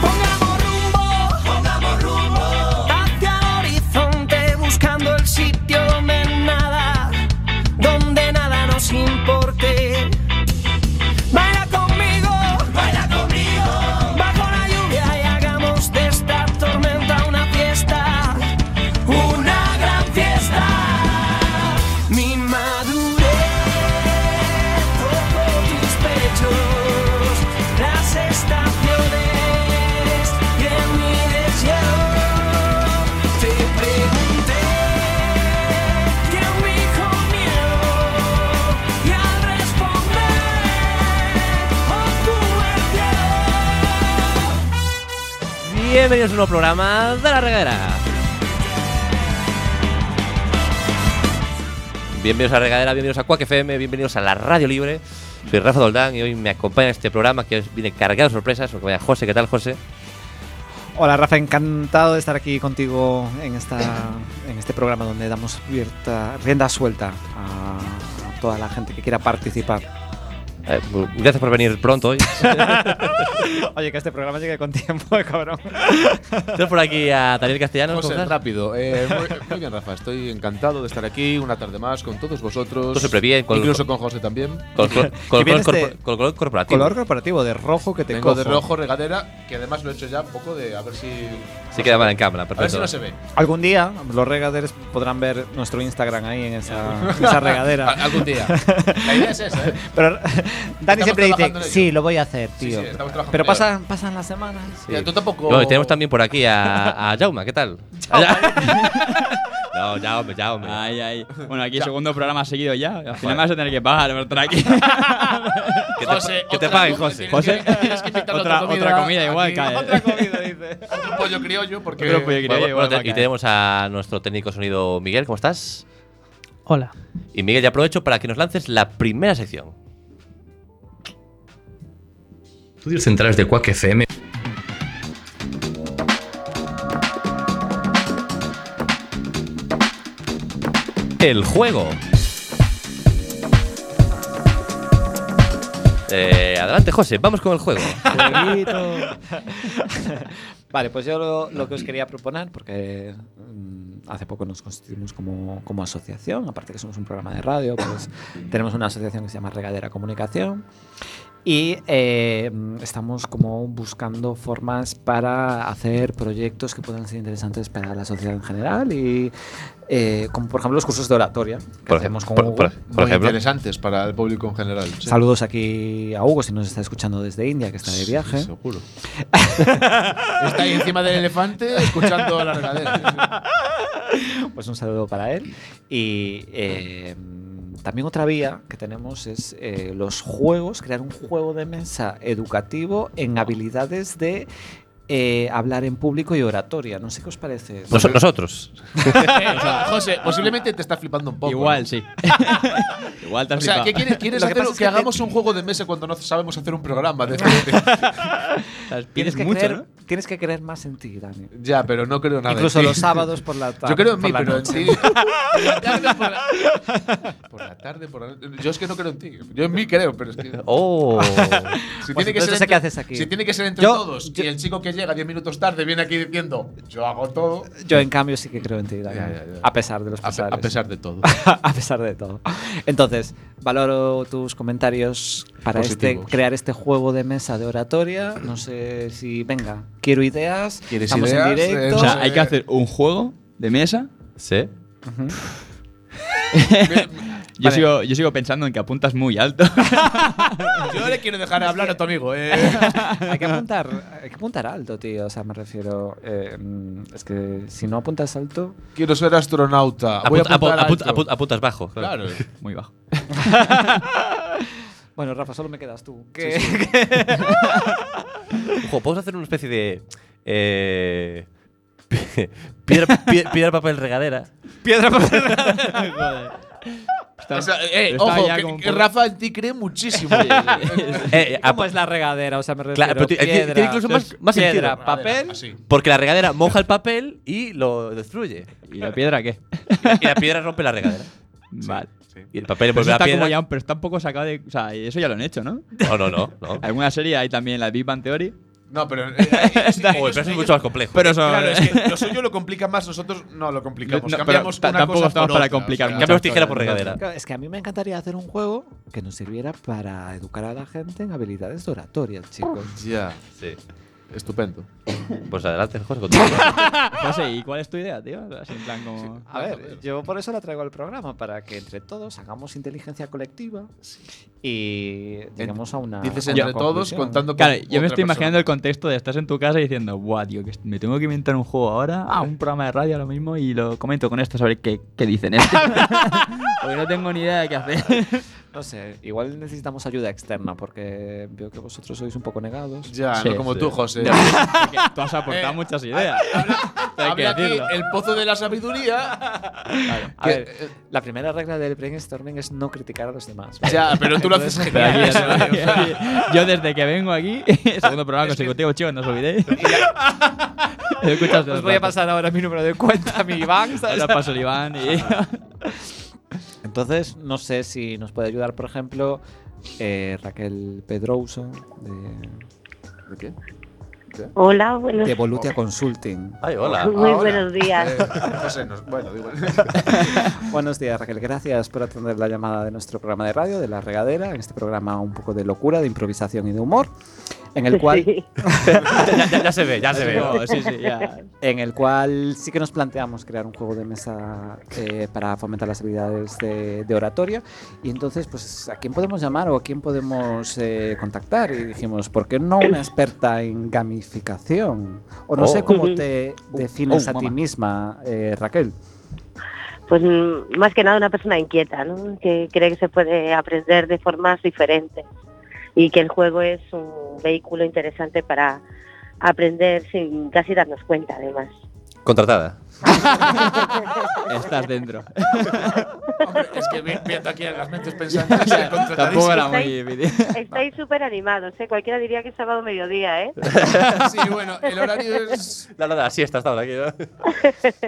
[SPEAKER 1] Pongamos rumbo, pongamos rumbo hacia el horizonte buscando el sitio donde nada, donde nada nos importe. Baila conmigo, baila conmigo bajo la lluvia y hagamos de esta tormenta una fiesta, una gran fiesta. Mi madurez tocó tus pechos, las estaciones y en mi deseo te pregunté qué me miedo y al responder obtuve el cielo.
[SPEAKER 2] Bienvenidos a un nuevo programa de la regadera. Bienvenidos a la regadera, bienvenidos a Quack FM, bienvenidos a la Radio Libre. Soy Rafa Doldán y hoy me acompaña en este programa que os viene cargado de sorpresas. Me acompaña José, ¿qué tal, José?
[SPEAKER 5] Hola Rafa, encantado de estar aquí contigo en, esta, en este programa donde damos abierta- rienda suelta a, a toda la gente que quiera participar.
[SPEAKER 2] Eh, pues, gracias por venir pronto hoy.
[SPEAKER 5] Oye, que este programa llegue con tiempo, cabrón.
[SPEAKER 2] Tenemos por aquí a Daniel Castellanos.
[SPEAKER 3] Vamos a
[SPEAKER 2] ¿cómo
[SPEAKER 3] ser
[SPEAKER 2] estás?
[SPEAKER 3] rápido. Eh, muy, muy bien, Rafa. Estoy encantado de estar aquí una tarde más con todos vosotros.
[SPEAKER 2] Tú siempre bien, con-
[SPEAKER 3] incluso con José también.
[SPEAKER 2] Con con- con-
[SPEAKER 5] Que viene
[SPEAKER 2] con- con-
[SPEAKER 5] este-
[SPEAKER 2] con color corporativo.
[SPEAKER 5] Color corporativo, de rojo que te
[SPEAKER 3] Tengo de
[SPEAKER 5] cojo.
[SPEAKER 3] rojo regadera, que además lo he hecho ya un poco de a ver si.
[SPEAKER 2] Sí queda mal en cámara,
[SPEAKER 3] A ver si
[SPEAKER 2] perfecto.
[SPEAKER 3] no se ve.
[SPEAKER 5] Algún día los regaderes podrán ver nuestro Instagram ahí en esa, en esa regadera.
[SPEAKER 3] Al- algún día. La idea es esa, ¿eh?
[SPEAKER 5] Pero Dani
[SPEAKER 3] Estamos
[SPEAKER 5] siempre dice,
[SPEAKER 3] trabajando en ello.
[SPEAKER 5] sí, lo voy a hacer,
[SPEAKER 3] Sí,
[SPEAKER 5] tío.
[SPEAKER 3] sí, estamos trabajando
[SPEAKER 5] Pero
[SPEAKER 3] en ello.
[SPEAKER 5] pasan, pasan las semanas.
[SPEAKER 2] Sí.
[SPEAKER 3] Ya, tú tampoco.
[SPEAKER 2] Bueno, y tenemos también por aquí a, a Jauma, ¿qué tal? no, Jaume, Jaume.
[SPEAKER 6] Ay, ay. Bueno, aquí segundo programa seguido ya. Al final me vas a tener que pagar por estar aquí.
[SPEAKER 2] Que te,
[SPEAKER 3] José,
[SPEAKER 2] que te
[SPEAKER 3] otra
[SPEAKER 2] paguen, José.
[SPEAKER 3] comida, tienes
[SPEAKER 6] José.
[SPEAKER 3] que- tienes que invitar
[SPEAKER 6] otra, otra comida igual,
[SPEAKER 3] aquí.
[SPEAKER 6] cae.
[SPEAKER 3] Otro pollo criollo, porque.
[SPEAKER 6] Otro pollo
[SPEAKER 2] Bueno,
[SPEAKER 6] Igual
[SPEAKER 2] bueno,
[SPEAKER 6] va a
[SPEAKER 2] y
[SPEAKER 6] caer.
[SPEAKER 2] tenemos a nuestro técnico sonido Miguel, ¿cómo estás?
[SPEAKER 4] Hola.
[SPEAKER 2] Y Miguel, ya aprovecho para que nos lances la primera sección.
[SPEAKER 7] Estudios centrales de Quack FM.
[SPEAKER 2] El juego. Eh, adelante, José, vamos con el juego.
[SPEAKER 4] Jueguito.
[SPEAKER 5] Vale, pues yo lo, lo que os quería proponer, porque mm, hace poco nos constituimos como, como asociación, aparte que somos un programa de radio, pues tenemos una asociación que se llama Regadera Comunicación y eh, mm, estamos como buscando formas para hacer proyectos que puedan ser interesantes para la sociedad en general y eh, como por ejemplo los cursos de oratoria que
[SPEAKER 2] Por ej-
[SPEAKER 5] hacemos con
[SPEAKER 2] por-
[SPEAKER 5] Hugo.
[SPEAKER 2] por-
[SPEAKER 3] Muy
[SPEAKER 2] por ejemplo,
[SPEAKER 3] interesantes para el público en general. sí.
[SPEAKER 5] Saludos aquí a Hugo si nos está escuchando desde India, que está de
[SPEAKER 3] Sí,
[SPEAKER 5] viaje.
[SPEAKER 3] seguro. Está ahí encima del elefante escuchando la regadera.
[SPEAKER 5] Pues un saludo para él. Y eh, también otra vía que tenemos es eh, los juegos, crear un juego de mesa educativo en habilidades de eh, hablar en público y oratoria. No sé qué os parece.
[SPEAKER 3] Pues,
[SPEAKER 5] eso.
[SPEAKER 2] nos- nosotros.
[SPEAKER 3] José, posiblemente te está flipando un poco.
[SPEAKER 6] Igual,
[SPEAKER 3] ¿no?
[SPEAKER 6] sí. igual te
[SPEAKER 3] O
[SPEAKER 6] has
[SPEAKER 3] sea,
[SPEAKER 6] flipado.
[SPEAKER 3] ¿qué quieres, quieres
[SPEAKER 5] Lo que
[SPEAKER 3] hacer
[SPEAKER 5] pasa
[SPEAKER 3] que,
[SPEAKER 5] es que te-
[SPEAKER 3] hagamos un juego de mesa cuando no sabemos hacer un programa? de repente?
[SPEAKER 6] Pides
[SPEAKER 5] Tienes que,
[SPEAKER 6] mucho,
[SPEAKER 5] creer,
[SPEAKER 6] ¿no?
[SPEAKER 5] tienes que creer más en ti, Dani.
[SPEAKER 3] ya, pero no creo nada. en
[SPEAKER 5] Incluso
[SPEAKER 3] ti.
[SPEAKER 5] los sábados por la tarde.
[SPEAKER 3] Yo creo en
[SPEAKER 5] por
[SPEAKER 3] mí,
[SPEAKER 5] la
[SPEAKER 3] pero en
[SPEAKER 5] noche.
[SPEAKER 3] ti. Por la tarde, por la, por la tarde, por la noche. Yo es que no creo en ti. Yo en mí creo, pero es que.
[SPEAKER 2] Oh.
[SPEAKER 3] Si
[SPEAKER 5] Pues
[SPEAKER 3] tiene que ser
[SPEAKER 5] entonces, ¿qué
[SPEAKER 3] entre-
[SPEAKER 5] haces aquí?
[SPEAKER 3] Si tiene que ser entre
[SPEAKER 5] Yo-
[SPEAKER 3] todos
[SPEAKER 5] yo-
[SPEAKER 3] y el chico que llega 10 minutos tarde viene aquí diciendo yo hago todo.
[SPEAKER 5] Yo, en cambio, sí que creo en ti, Dani.
[SPEAKER 3] Ya, ya, ya.
[SPEAKER 5] A pesar de los
[SPEAKER 3] A, pe-
[SPEAKER 5] pesares.
[SPEAKER 3] a pesar de todo.
[SPEAKER 5] a pesar de todo. Entonces, valoro tus comentarios para este,
[SPEAKER 3] Positivos.
[SPEAKER 5] crear este juego de mesa de oratoria. No sé si, venga, quiero ideas.
[SPEAKER 3] ¿Quieres
[SPEAKER 5] estamos
[SPEAKER 3] ideas?
[SPEAKER 5] en directo.
[SPEAKER 6] O
[SPEAKER 3] Eh,
[SPEAKER 6] sea, hay que hacer un juego de mesa.
[SPEAKER 2] ¿Sí?
[SPEAKER 5] Ujú.
[SPEAKER 6] Yo,
[SPEAKER 5] Vale.
[SPEAKER 6] sigo, yo sigo pensando en que apuntas muy alto.
[SPEAKER 3] Yo le quiero dejar hablar a tu amigo. eh.
[SPEAKER 5] hay, que apuntar, hay que apuntar alto, tío. O sea, me refiero. eh, mm, es que si no apuntas alto.
[SPEAKER 3] Quiero ser astronauta. Voy a
[SPEAKER 2] Apunta-
[SPEAKER 3] apuntar
[SPEAKER 2] apunta-
[SPEAKER 3] alto.
[SPEAKER 2] apunta- apuntas bajo.
[SPEAKER 3] Claro.
[SPEAKER 6] muy bajo.
[SPEAKER 5] Bueno, Rafa, solo me quedas tú. ¿Qué?
[SPEAKER 2] Ojo, podemos hacer una especie de. eh, piedra, pie- piedra, papel, regadera.
[SPEAKER 5] Piedra, papel,
[SPEAKER 6] Está-
[SPEAKER 3] O sea, eh,
[SPEAKER 6] está
[SPEAKER 3] ojo,
[SPEAKER 6] ya
[SPEAKER 3] que,
[SPEAKER 6] con-
[SPEAKER 3] que Rafa en ti cree muchísimo.
[SPEAKER 2] Eh, eh,
[SPEAKER 5] ¿Cómo es la regadera? O sea, me refiero
[SPEAKER 2] Claro, pero ti- eh, tiene-
[SPEAKER 5] piedra,
[SPEAKER 2] tiene incluso más- más
[SPEAKER 5] piedra,
[SPEAKER 2] sentido.
[SPEAKER 5] papel.
[SPEAKER 3] Así.
[SPEAKER 2] porque la regadera moja el papel y lo destruye.
[SPEAKER 6] ¿Y la piedra qué?
[SPEAKER 2] Y la piedra rompe la regadera.
[SPEAKER 6] Vale.
[SPEAKER 2] Y el papel envuelve
[SPEAKER 6] Pero, eso
[SPEAKER 2] Pues la
[SPEAKER 6] está como
[SPEAKER 2] piedra.
[SPEAKER 6] ya, pero está un poco sacado de. O sea, eso ya lo han hecho, ¿no?
[SPEAKER 2] No, no, no. no.
[SPEAKER 6] Alguna serie hay también, la de Big Bang Theory.
[SPEAKER 3] No, pero. eh, eh, sí,
[SPEAKER 2] Uy,
[SPEAKER 3] ellos-
[SPEAKER 2] pero eso es
[SPEAKER 3] ellos-
[SPEAKER 2] mucho más complejo.
[SPEAKER 6] Pero eso.
[SPEAKER 3] Claro, es que lo suyo lo complica más, nosotros no lo
[SPEAKER 6] No,
[SPEAKER 3] complicamos.
[SPEAKER 6] pero
[SPEAKER 3] Cambiamos
[SPEAKER 6] ta-
[SPEAKER 3] una
[SPEAKER 6] tampoco
[SPEAKER 3] cosa
[SPEAKER 6] estamos
[SPEAKER 3] por
[SPEAKER 6] para
[SPEAKER 3] otra,
[SPEAKER 6] complicar
[SPEAKER 3] o sea,
[SPEAKER 6] muchas
[SPEAKER 2] Cambiamos tijera por
[SPEAKER 6] cosas, ¿no?
[SPEAKER 2] regadera.
[SPEAKER 5] Claro, Es que a mí me encantaría hacer un juego que nos sirviera para educar a la gente en habilidades de oratoria, chicos.
[SPEAKER 3] Ya,
[SPEAKER 2] Sí.
[SPEAKER 3] estupendo.
[SPEAKER 2] Pues adelante, Jorge. continúa.
[SPEAKER 6] José, ¿y cuál es tu idea, tío? Así en plan como.
[SPEAKER 5] A ver, eh, yo por eso la traigo al programa, para que entre todos hagamos inteligencia colectiva y lleguemos a una.
[SPEAKER 3] Dices
[SPEAKER 5] a una
[SPEAKER 3] entre todos
[SPEAKER 5] conclusión.
[SPEAKER 3] contando con
[SPEAKER 6] Claro, yo me
[SPEAKER 3] otra
[SPEAKER 6] estoy
[SPEAKER 3] persona.
[SPEAKER 6] imaginando el contexto de estás en tu casa y diciendo, guau, tío, que est- me tengo que inventar un juego ahora, ah, un programa de radio ahora mismo y lo comento con esto, a ver qué, qué dicen esto. Porque no tengo ni idea de qué hacer.
[SPEAKER 5] No sé, igual necesitamos ayuda externa porque veo que vosotros sois un poco negados.
[SPEAKER 3] Ya,
[SPEAKER 6] Sí,
[SPEAKER 3] no como
[SPEAKER 6] sí.
[SPEAKER 3] tú, José.
[SPEAKER 6] Porque tú has aportado
[SPEAKER 3] Eh,
[SPEAKER 6] muchas ideas. Hay que
[SPEAKER 3] Habla aquí
[SPEAKER 6] decirlo.
[SPEAKER 3] el pozo de la sabiduría.
[SPEAKER 5] A ver,
[SPEAKER 3] eh,
[SPEAKER 5] la primera regla del brainstorming es no criticar a los demás. ¿vale?
[SPEAKER 3] Ya, pero tú lo haces
[SPEAKER 5] pues,
[SPEAKER 6] Pero aquí
[SPEAKER 3] genial.
[SPEAKER 6] ya sabes
[SPEAKER 3] eso,
[SPEAKER 6] que-
[SPEAKER 3] eh, o sea,
[SPEAKER 6] Yo desde que vengo aquí, segundo programa consecutivo, chicos, no os olvidéis. Escuchas
[SPEAKER 5] Os voy a pasar ahora mi número de cuenta, mi bank. ¿sabes?
[SPEAKER 6] Ahora paso el Iván y.
[SPEAKER 5] Entonces, no sé si nos puede ayudar, por ejemplo, eh, Raquel Pedrouso de,
[SPEAKER 3] ¿De qué?
[SPEAKER 8] Hola, buenos,
[SPEAKER 5] de Volutia Consulting.
[SPEAKER 2] Ay, hola.
[SPEAKER 8] muy
[SPEAKER 3] ahora.
[SPEAKER 8] buenos días.
[SPEAKER 3] Eh, José, nos- bueno, digo.
[SPEAKER 5] Buenos días, Raquel. Gracias por atender la llamada de nuestro programa de radio, de La Regadera, en este programa un poco de locura, de improvisación y de humor, en el cual
[SPEAKER 8] Sí.
[SPEAKER 2] Ah, Ya, ya- ya se ve, ya se ve. Oh,
[SPEAKER 6] No, Oh, sí, sí, ya.
[SPEAKER 5] en el cual sí que nos planteamos crear un juego de mesa eh, para fomentar las habilidades de, de oratoria. Y entonces, pues, ¿a quién podemos llamar o a quién podemos eh, contactar? Y dijimos, ¿por qué no una experta en gamificación? O no
[SPEAKER 2] Oh.
[SPEAKER 5] sé cómo
[SPEAKER 8] Ujú.
[SPEAKER 5] te defines
[SPEAKER 6] oh,
[SPEAKER 5] a ti
[SPEAKER 6] mamá.
[SPEAKER 5] misma, eh, Raquel.
[SPEAKER 8] Pues mm, más que nada una persona inquieta, ¿no? Que cree que se puede aprender de formas diferentes y que el juego es un vehículo interesante para aprender sin casi darnos cuenta, además.
[SPEAKER 2] Contratada.
[SPEAKER 6] Estás dentro.
[SPEAKER 3] Hombre, es que vi- viendo aquí en las mentes pensantes, se
[SPEAKER 6] Tampoco era muy.
[SPEAKER 8] Estáis- Estáis súper animados, ¿eh? Cualquiera diría que es sábado mediodía, ¿eh?
[SPEAKER 3] Sí, bueno, el horario es.
[SPEAKER 2] La nada, así está hasta ahora aquí, ¿no?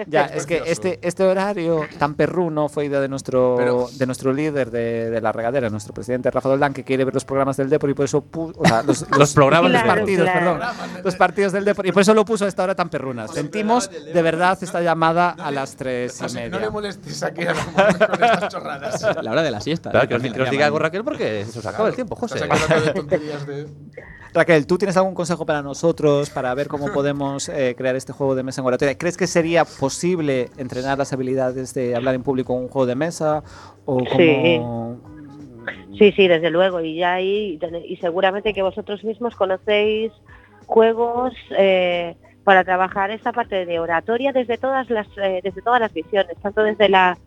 [SPEAKER 5] Ya,
[SPEAKER 3] Es
[SPEAKER 5] es que
[SPEAKER 3] precioso.
[SPEAKER 5] este, este horario tan perruno fue idea de nuestro,
[SPEAKER 3] Pero-
[SPEAKER 5] de nuestro líder de, de la regadera, nuestro presidente Rafa Doldán, que quiere ver los programas del Depor y por eso puso. los,
[SPEAKER 2] Los programas
[SPEAKER 8] del
[SPEAKER 5] los
[SPEAKER 8] Depor.
[SPEAKER 5] partidos,
[SPEAKER 8] Claro,
[SPEAKER 5] perdón. Los partidos del Depor y por eso lo puso a esta hora tan perruna. Sentimos de verdad esta llamada a las tres y
[SPEAKER 3] José, no
[SPEAKER 5] media.
[SPEAKER 3] le molestes aquí a la- con estas chorradas.
[SPEAKER 6] La hora de la siesta.
[SPEAKER 2] Claro,
[SPEAKER 6] ¿no?
[SPEAKER 2] que, nos-
[SPEAKER 6] También
[SPEAKER 2] que
[SPEAKER 6] la
[SPEAKER 2] nos diga algo
[SPEAKER 6] llaman.
[SPEAKER 2] Raquel porque se nos acaba el tiempo, José.
[SPEAKER 3] Estás aquí hablando de tonterías de.
[SPEAKER 5] Raquel, ¿tú tienes algún consejo para nosotros para ver cómo podemos eh, crear este juego de mesa en oratoria? ¿Crees que sería posible entrenar las habilidades de hablar en público en un juego de mesa? ¿O
[SPEAKER 8] Sí.
[SPEAKER 5] cómo-
[SPEAKER 8] Sí, sí, desde luego. Y ya ahí, y seguramente que vosotros mismos conocéis juegos eh, para trabajar esta parte de oratoria desde todas las, eh, desde todas las visiones, tanto desde la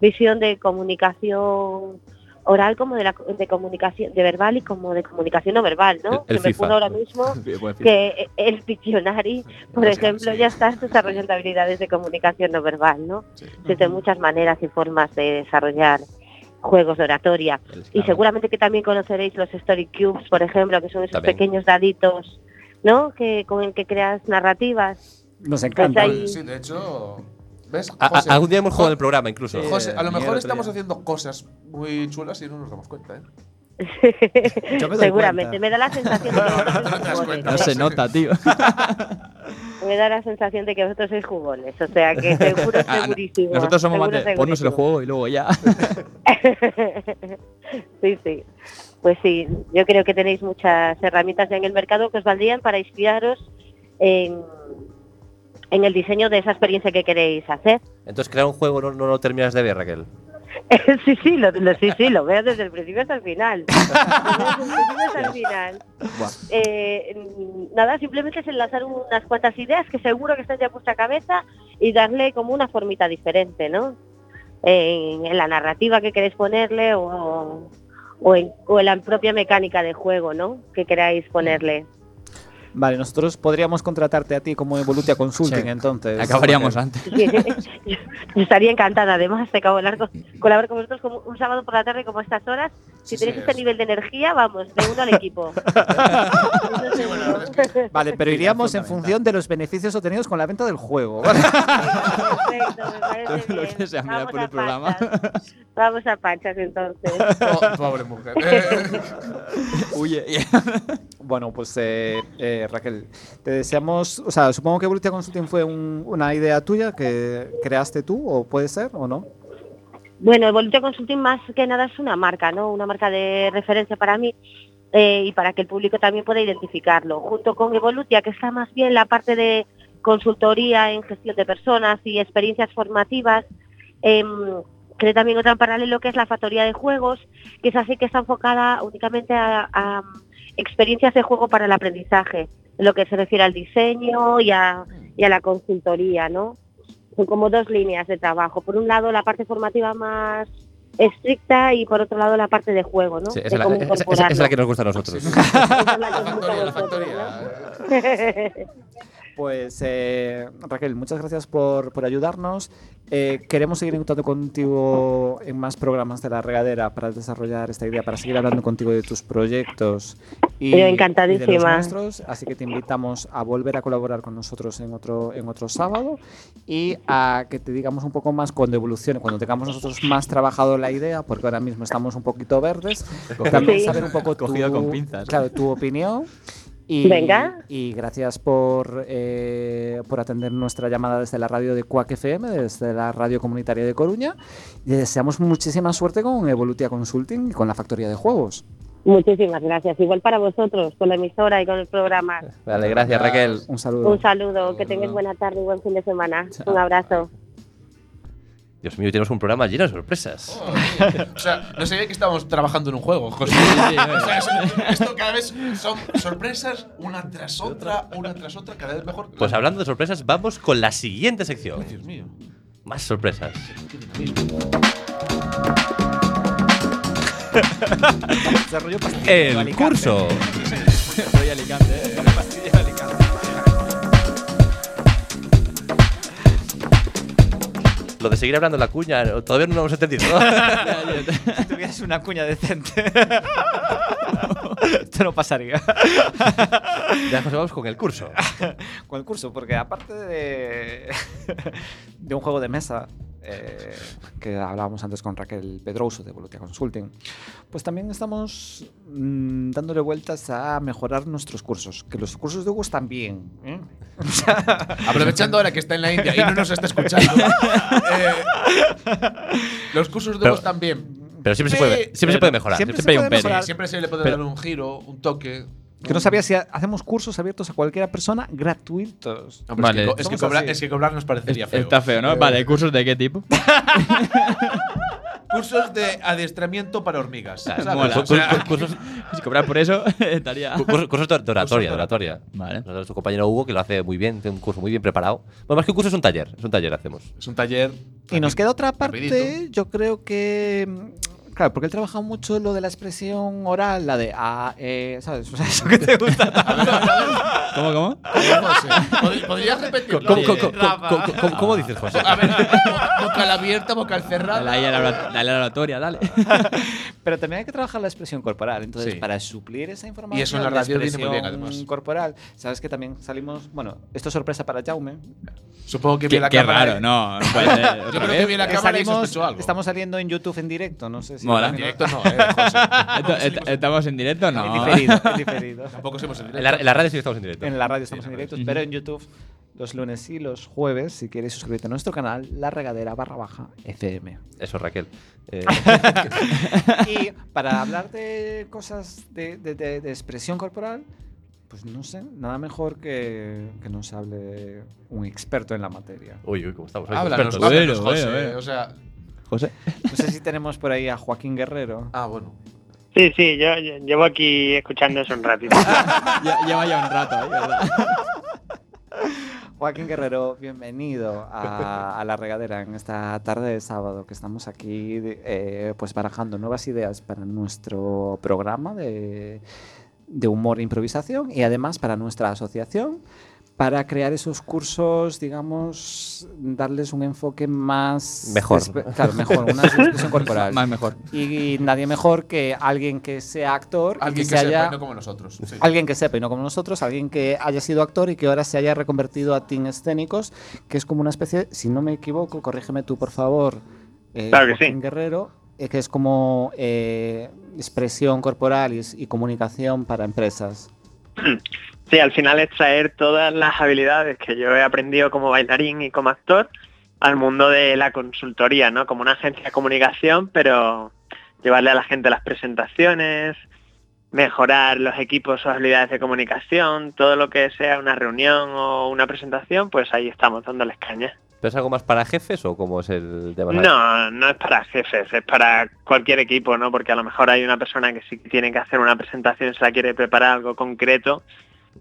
[SPEAKER 8] visión de comunicación oral como de, la, de comunicación de verbal y como de comunicación no verbal, ¿no?
[SPEAKER 2] El- el
[SPEAKER 8] Se me
[SPEAKER 2] FIFA.
[SPEAKER 8] ocurre ahora mismo que el Pictionary, por
[SPEAKER 3] Sí,
[SPEAKER 8] ejemplo,
[SPEAKER 3] sí.
[SPEAKER 8] ya estás desarrollando habilidades de comunicación no verbal, ¿no? Existen muchas maneras y formas de desarrollar juegos de oratoria. Y seguramente que también conoceréis los Story Cubes, por ejemplo, que son esos
[SPEAKER 2] También.
[SPEAKER 8] pequeños daditos, ¿no? Que, con el que creas narrativas.
[SPEAKER 5] Nos
[SPEAKER 8] Pues
[SPEAKER 5] encanta.
[SPEAKER 8] ahí-
[SPEAKER 3] Sí, de hecho. ¿Ves?
[SPEAKER 2] A- a-
[SPEAKER 3] José,
[SPEAKER 2] algún día hemos jugado en el programa, incluso.
[SPEAKER 6] Sí.
[SPEAKER 3] José, a lo
[SPEAKER 6] Mira,
[SPEAKER 3] mejor
[SPEAKER 6] el otro
[SPEAKER 3] estamos
[SPEAKER 6] día.
[SPEAKER 3] haciendo cosas muy chulas y no nos damos cuenta, ¿eh?
[SPEAKER 5] Yo me doy
[SPEAKER 8] seguramente.
[SPEAKER 5] cuenta.
[SPEAKER 8] Me da la sensación de que vosotros sois jugones.
[SPEAKER 6] No se nota, tío.
[SPEAKER 8] Me da la sensación de que vosotros sois jugones. O sea, que seguro,
[SPEAKER 6] Ah,
[SPEAKER 8] segurísimo.
[SPEAKER 6] Nosotros somos
[SPEAKER 8] seguro,
[SPEAKER 6] más de ponnos el
[SPEAKER 8] segurísimo.
[SPEAKER 6] juego y luego ya.
[SPEAKER 8] sí, sí. Pues sí, yo creo que tenéis muchas herramientas ya en el mercado que os valdrían para inspiraros en, en el diseño de esa experiencia que queréis hacer.
[SPEAKER 2] Entonces, crear un juego no, no lo terminas de ver, Raquel.
[SPEAKER 8] sí, sí, lo, lo- sí, sí, lo veo desde el principio hasta el final. Desde el principio hasta el final. Eh, mm, nada, simplemente es enlazar unas cuantas ideas que seguro que están ya en vuestra cabeza y darle como una formita diferente, ¿no? En, en la narrativa que queréis ponerle o, o en, o en la propia mecánica de juego, ¿no? Que queráis ponerle.
[SPEAKER 5] Vale, nosotros podríamos contratarte a ti como Evolutia Consulting,
[SPEAKER 6] Sí.
[SPEAKER 5] entonces.
[SPEAKER 6] Acabaríamos antes.
[SPEAKER 8] Yo estaría encantada, además, de colaborar con, colaborar con vosotros como un sábado por la tarde como a estas horas. Si tenéis este nivel de energía, vamos, de uno al equipo.
[SPEAKER 5] Vale, pero iríamos en función de los beneficios obtenidos con la venta del juego.
[SPEAKER 8] Perfecto, me parece
[SPEAKER 6] Todo lo
[SPEAKER 8] bien.
[SPEAKER 6] que sea, mira,
[SPEAKER 8] Vamos
[SPEAKER 6] por
[SPEAKER 8] a
[SPEAKER 6] el programa.
[SPEAKER 8] Panchas. Vamos a panchas, entonces.
[SPEAKER 3] Oh, pobre mujer. Eh,
[SPEAKER 6] Huye.
[SPEAKER 5] Bueno, pues eh, eh, Raquel, te deseamos, o sea, supongo que Evolutia Consulting fue un- una idea tuya que creaste tú, o puede ser, o no.
[SPEAKER 8] Bueno, el Volunteer Consulting más que nada es una marca, ¿no? Una marca de referencia para mí eh, y para que el público también pueda identificarlo. Junto con Evolutia, que está más bien la parte de consultoría en gestión de personas y experiencias formativas, em, creé también otra en paralelo que es la factoría de juegos, que es así que está enfocada únicamente a, a mm, experiencias de juego para el aprendizaje, en lo que se refiere al diseño y a, y a la consultoría, ¿no? son como dos líneas de trabajo. Por un lado, la parte formativa más estricta y por otro lado la parte de juego, ¿no?
[SPEAKER 2] Sí, esa
[SPEAKER 8] De
[SPEAKER 2] es, la,
[SPEAKER 8] cómo
[SPEAKER 2] esa- esa-
[SPEAKER 8] incorporarlo.
[SPEAKER 2] es la que nos gusta a nosotros.
[SPEAKER 8] Esa es la que
[SPEAKER 3] La factoría,
[SPEAKER 8] os gusta a
[SPEAKER 3] la
[SPEAKER 8] vosotros,
[SPEAKER 3] factoría.
[SPEAKER 8] ¿no?
[SPEAKER 5] Pues eh, Raquel, muchas gracias por, por ayudarnos. Eh, queremos seguir en contacto contigo en más programas de la regadera para desarrollar esta idea, para seguir hablando contigo de tus proyectos y,
[SPEAKER 8] Yo
[SPEAKER 5] y de los
[SPEAKER 8] encantadísima.
[SPEAKER 5] nuestros. Así que te invitamos a volver a colaborar con nosotros en otro, en otro sábado y a que te digamos un poco más cuando evolucione, cuando tengamos nosotros más trabajado la idea, porque ahora mismo estamos un poquito verdes. También
[SPEAKER 8] Sí.
[SPEAKER 5] saber un poco
[SPEAKER 6] Cogido
[SPEAKER 5] tu,
[SPEAKER 6] con pinzas.
[SPEAKER 5] Claro, tu opinión. Y,
[SPEAKER 8] Venga.
[SPEAKER 5] y gracias por, eh, por atender nuestra llamada desde la radio de Cuac FM, desde la radio comunitaria de Coruña. Y deseamos muchísima suerte con Evolutia Consulting y con la factoría de juegos.
[SPEAKER 8] Muchísimas gracias. Igual para vosotros, con la emisora y con el programa.
[SPEAKER 2] Vale, gracias Raquel.
[SPEAKER 5] Un saludo.
[SPEAKER 8] Un saludo, que tengáis buena tarde y buen fin de semana. Un abrazo.
[SPEAKER 2] Dios mío, tenemos un programa lleno de sorpresas.
[SPEAKER 3] o sea, no sabía que estábamos trabajando en un juego, José. O sea, eso- esto cada vez son sorpresas una tras otra, una tras otra, cada vez mejor.
[SPEAKER 2] Pues hablando de sorpresas, vamos con la siguiente sección.
[SPEAKER 3] Dios mío.
[SPEAKER 2] Más sorpresas. El curso.
[SPEAKER 6] Soy Alicante, eh.
[SPEAKER 2] Lo de seguir hablando en la cuña, no- todavía no lo hemos entendido.
[SPEAKER 5] Si tuvieras una cuña decente, esto no pasaría.
[SPEAKER 2] ya nos vamos con el curso.
[SPEAKER 5] Con el curso, porque aparte de, de un juego de mesa eh, que hablábamos antes con Raquel Pedroso de Volutia Consulting, pues también estamos mm, dándole vueltas a mejorar nuestros cursos, que los cursos de Hugo están bien. ¿eh?
[SPEAKER 3] Aprovechando ahora que está en la India y no nos está escuchando. eh, los cursos de
[SPEAKER 2] Pero-
[SPEAKER 3] voz también.
[SPEAKER 2] Pero siempre se puede, siempre se
[SPEAKER 6] Pero
[SPEAKER 2] puede mejorar.
[SPEAKER 5] siempre
[SPEAKER 2] Siempre,
[SPEAKER 6] Siempre hay un
[SPEAKER 5] puede
[SPEAKER 6] pero.
[SPEAKER 5] mejorar.
[SPEAKER 3] Siempre se le puede dar un giro, un toque.
[SPEAKER 5] Que no sabía si ha- hacemos cursos abiertos a cualquier persona gratuitos.
[SPEAKER 3] Hombre,
[SPEAKER 6] Vale,
[SPEAKER 3] es, que, co- es, que
[SPEAKER 5] somos
[SPEAKER 3] cobrar,
[SPEAKER 5] así.
[SPEAKER 3] es que cobrar nos parecería feo.
[SPEAKER 6] Está feo, ¿no?
[SPEAKER 3] Eh,
[SPEAKER 6] Vale, ¿cursos de qué tipo?
[SPEAKER 3] Cursos de adiestramiento para hormigas. ¿sabes?
[SPEAKER 6] Mola.
[SPEAKER 3] O sea,
[SPEAKER 2] Cu- cu- cursos-
[SPEAKER 6] Si cobrar por eso, estaría.
[SPEAKER 2] cu- cursos- Cursos de or- de oratoria, de oratoria.
[SPEAKER 6] Vale.
[SPEAKER 2] Nosotros, tu compañero Hugo, que lo hace muy bien, tiene un curso muy bien preparado. Bueno, más que un curso es un taller, es un taller hacemos.
[SPEAKER 3] es un taller.
[SPEAKER 5] Y nos queda otra parte,
[SPEAKER 3] Rapidito.
[SPEAKER 5] yo creo que. mm, Claro, porque él trabaja mucho lo de la expresión oral, la de. Ah, eh, ¿Sabes? O sea, eso que te gusta. tanto.
[SPEAKER 6] ¿Cómo, cómo?
[SPEAKER 3] José, eh. ¿pod- ¿Podrías repetirlo?
[SPEAKER 2] ¿Cómo,
[SPEAKER 3] Sí.
[SPEAKER 2] cómo- cómo- cómo- cómo- cómo dices, José?
[SPEAKER 3] A ver, bo- bocal abierta, bocal
[SPEAKER 6] Dale
[SPEAKER 3] cerrada.
[SPEAKER 6] ahí a la, orat- dale a la oratoria, dale.
[SPEAKER 5] Pero también hay que trabajar la expresión corporal. Entonces,
[SPEAKER 3] Sí.
[SPEAKER 5] para suplir esa información.
[SPEAKER 3] Y eso en la radio viene muy
[SPEAKER 5] expresión
[SPEAKER 3] bien, además.
[SPEAKER 5] corporal. ¿Sabes que también salimos. Bueno, esto es sorpresa para Jaume.
[SPEAKER 3] Supongo que vi
[SPEAKER 6] Qué,
[SPEAKER 3] la
[SPEAKER 6] qué
[SPEAKER 3] cámara. eh.
[SPEAKER 6] raro, no. no puede ser.
[SPEAKER 3] Yo
[SPEAKER 6] ¿Otra
[SPEAKER 3] creo
[SPEAKER 6] vez?
[SPEAKER 3] que vi la
[SPEAKER 5] Que
[SPEAKER 3] cámara y
[SPEAKER 5] Eh, salimos-
[SPEAKER 3] sospechó algo.
[SPEAKER 5] Estamos saliendo en YouTube en directo, no sé si.
[SPEAKER 6] Mola.
[SPEAKER 3] en
[SPEAKER 5] también-
[SPEAKER 3] directo, no, eh, José.
[SPEAKER 6] Esto- et- ¿Estamos en directo?
[SPEAKER 5] En
[SPEAKER 6] No.
[SPEAKER 5] diferido, en diferido.
[SPEAKER 3] Tampoco somos en
[SPEAKER 2] En la,
[SPEAKER 3] directo.
[SPEAKER 2] en la radio sí que estamos en directo.
[SPEAKER 5] En la radio estamos en directo,
[SPEAKER 6] Ujú.
[SPEAKER 5] pero en YouTube los lunes y los jueves, si quieres suscribirte a nuestro canal, la regadera barra baja FM.
[SPEAKER 2] Eso, Raquel. Eh,
[SPEAKER 5] Y para hablar de cosas de, de- de- de expresión corporal, pues no sé, nada mejor que, que nos hable un experto en la materia.
[SPEAKER 2] uy, uy, ¿cómo estamos? hoy,
[SPEAKER 3] Háblanos,
[SPEAKER 2] expertos.
[SPEAKER 6] Bueno,
[SPEAKER 3] háblanos, José.
[SPEAKER 6] bueno, bueno.
[SPEAKER 3] O sea,
[SPEAKER 6] José.
[SPEAKER 5] No sé si tenemos por ahí a Joaquín Guerrero.
[SPEAKER 3] ah, bueno.
[SPEAKER 9] Sí, sí, yo yo llevo aquí escuchando eso un ratito.
[SPEAKER 6] Ya, lleva ya un rato, ¿eh? ¿verdad?
[SPEAKER 5] Joaquín Guerrero, bienvenido a, a la regadera en esta tarde de sábado que estamos aquí de- eh, pues barajando nuevas ideas para nuestro programa de,
[SPEAKER 4] de humor e improvisación y además para nuestra asociación para crear esos cursos, digamos, darles un enfoque más...
[SPEAKER 2] Mejor.
[SPEAKER 4] espe- Claro, mejor, una expresión corporal.
[SPEAKER 6] Más mejor.
[SPEAKER 4] Y nadie mejor que alguien que sea actor, y
[SPEAKER 3] Alguien
[SPEAKER 4] que,
[SPEAKER 3] que
[SPEAKER 4] se haya-
[SPEAKER 3] sepa, y no como nosotros. Sí.
[SPEAKER 4] alguien que sepa y no como nosotros, alguien que haya sido actor y que ahora se haya reconvertido a team escénicos, que es como una especie, si no me equivoco, corrígeme tú por favor, eh,
[SPEAKER 5] Claro que sí.
[SPEAKER 4] Joaquín Guerrero, eh, que es como eh, expresión corporal y, y comunicación para empresas.
[SPEAKER 5] Sí, al final es traer todas las habilidades que yo he aprendido como bailarín y como actor al mundo de la consultoría, ¿no? Como una agencia de comunicación, pero llevarle a la gente las presentaciones, mejorar los equipos o habilidades de comunicación, todo lo que sea una reunión o una presentación, pues ahí estamos dándoles caña.
[SPEAKER 2] ¿Pero es algo más para jefes o cómo es el tema?
[SPEAKER 5] No, no es para jefes, es para cualquier equipo, ¿no? Porque a lo mejor hay una persona que sí que tiene que hacer una presentación, se la quiere preparar algo concreto,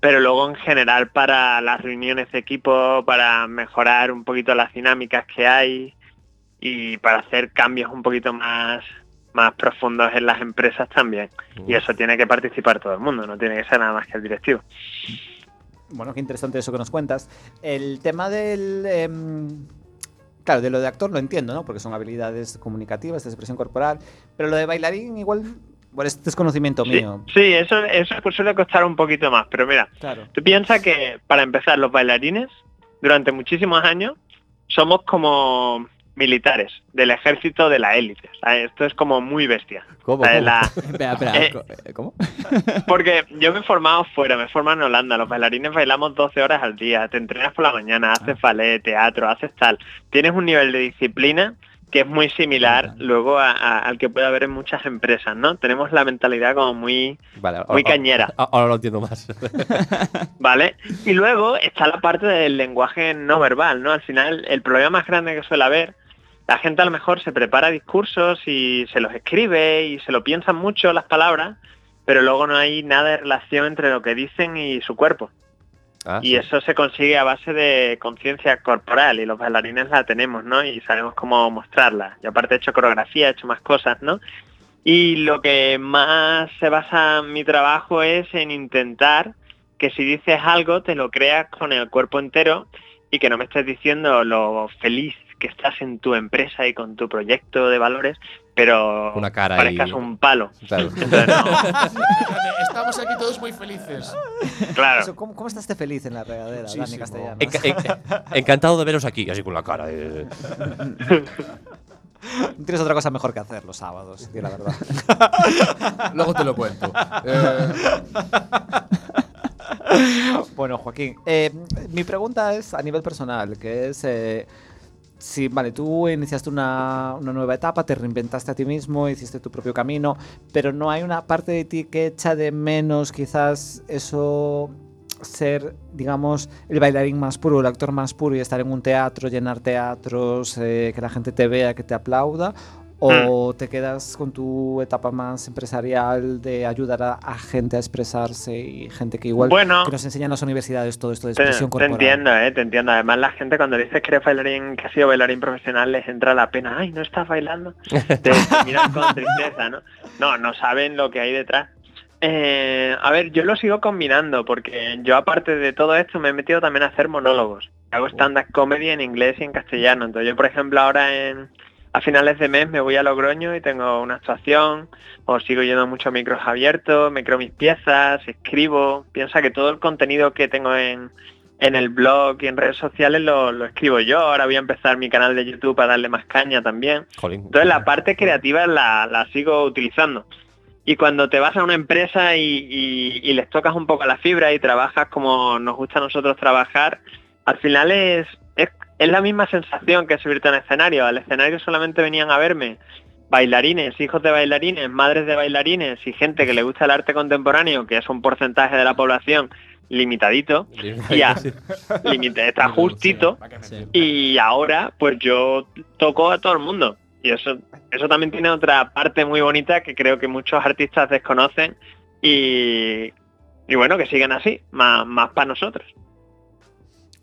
[SPEAKER 5] pero luego en general para las reuniones de equipo, para mejorar un poquito las dinámicas que hay y para hacer cambios un poquito más, más profundos en las empresas también. Y eso tiene que participar todo el mundo, no tiene que ser nada más que el directivo.
[SPEAKER 4] Bueno, qué interesante eso que nos cuentas. El tema del... em, Claro, de lo de actor lo entiendo, ¿no? Porque son habilidades comunicativas, de expresión corporal, pero lo de bailarín igual, bueno, es desconocimiento
[SPEAKER 5] Sí,
[SPEAKER 4] mío.
[SPEAKER 5] sí, eso, eso pues, suele costar un poquito más, pero mira,
[SPEAKER 4] Claro.
[SPEAKER 5] Tú piensas que, para empezar, los bailarines, durante muchísimos años, somos como militares del ejército de la élite. O sea, Esto es como muy bestia.
[SPEAKER 2] ¿Cómo?
[SPEAKER 5] O sea, Eh, la-
[SPEAKER 6] Espera, espera.
[SPEAKER 5] Eh.
[SPEAKER 6] co- eh, ¿Cómo?
[SPEAKER 5] porque Eh, yo me he formado fuera, me he formado en Holanda. Los bailarines bailamos 12 horas al día, te entrenas por la mañana, haces ballet, teatro, haces tal. Tienes un nivel de disciplina que es muy similar luego a- a- al que puede haber en muchas empresas, ¿no? Tenemos la mentalidad como muy
[SPEAKER 2] Vale, ahora-
[SPEAKER 5] muy
[SPEAKER 2] ahora-
[SPEAKER 5] cañera.
[SPEAKER 2] a- Ahora lo entiendo más.
[SPEAKER 5] ¿Vale? Y luego está la parte del lenguaje no verbal, ¿no? Al final, el problema más grande que suele haber, la gente a lo mejor se prepara discursos y se los escribe y se lo piensan mucho las palabras, pero luego no hay nada de relación entre lo que dicen y su cuerpo.
[SPEAKER 2] Ah,
[SPEAKER 5] Y eso se consigue a base de conciencia corporal y los bailarines la tenemos, ¿no? Y sabemos cómo mostrarla. Y aparte he hecho coreografía, he hecho más cosas, ¿no? Y lo que más se basa en mi trabajo es en intentar que si dices algo te lo creas con el cuerpo entero y que no me estés diciendo lo feliz que estás en tu empresa y con tu proyecto de valores, pero
[SPEAKER 2] Una cara
[SPEAKER 5] parezcas
[SPEAKER 2] y-
[SPEAKER 5] un palo.
[SPEAKER 2] claro.
[SPEAKER 5] Entonces, no,
[SPEAKER 3] Estamos aquí todos muy felices.
[SPEAKER 5] claro.
[SPEAKER 4] Eso, ¿cómo, cómo estás de feliz en la regadera,
[SPEAKER 3] Sí,
[SPEAKER 4] Dani
[SPEAKER 3] sí,
[SPEAKER 4] Castellanos?
[SPEAKER 2] Enca- en- encantado de veros aquí, así con la cara. eh. de-
[SPEAKER 4] No Tienes otra cosa mejor que hacer los sábados, di la verdad.
[SPEAKER 3] Luego te lo cuento. Eh,
[SPEAKER 4] bueno, Joaquín, eh, mi pregunta es a nivel personal, que es... eh, si, vale, tú iniciaste una, una nueva etapa, te reinventaste a ti mismo, hiciste tu propio camino, pero no hay una parte de ti que echa de menos quizás eso ser, digamos, el bailarín más puro, el actor más puro y estar en un teatro, llenar teatros, eh, que la gente te vea, que te aplauda, o te quedas con tu etapa más empresarial de ayudar a, a gente a expresarse y gente que igual
[SPEAKER 5] Bueno.
[SPEAKER 4] que nos enseñan las universidades todo esto de
[SPEAKER 5] Te,
[SPEAKER 4] expresión
[SPEAKER 5] te
[SPEAKER 4] corporal.
[SPEAKER 5] entiendo, eh, te entiendo. Además, la gente cuando dices que eres bailarín, que has sido bailarín profesional, les entra la pena. Ay, no estás bailando. Te, te miran con tristeza, ¿no? No, no saben lo que hay detrás. Eh, a ver, yo lo sigo combinando porque yo aparte de todo esto me he metido también a hacer monólogos. Hago stand-up comedy en inglés y en castellano. Entonces yo, por ejemplo, ahora en, a finales de mes me voy a Logroño y tengo una actuación, o sigo yendo mucho a micros abiertos, me creo mis piezas, escribo. Piensa que todo el contenido que tengo en, en el blog y en redes sociales lo, lo escribo yo. Ahora voy a empezar mi canal de YouTube para darle más caña también.
[SPEAKER 2] Jolín.
[SPEAKER 5] Entonces la parte creativa la, la sigo utilizando. Y cuando te vas a una empresa y, y- y les tocas un poco la fibra y trabajas como nos gusta a nosotros trabajar, al final es, es, es la misma sensación que subirte a un escenario. Al escenario solamente venían a verme bailarines, hijos de bailarines, madres de bailarines y gente que le gusta el arte contemporáneo, que es un porcentaje de la población limitadito, y a- limita- está justito.
[SPEAKER 6] Sí.
[SPEAKER 5] Y ahora, pues yo toco a todo el mundo. Y eso, eso también tiene otra parte muy bonita que creo que muchos artistas desconocen y, y bueno, que sigan así, más, más para nosotros.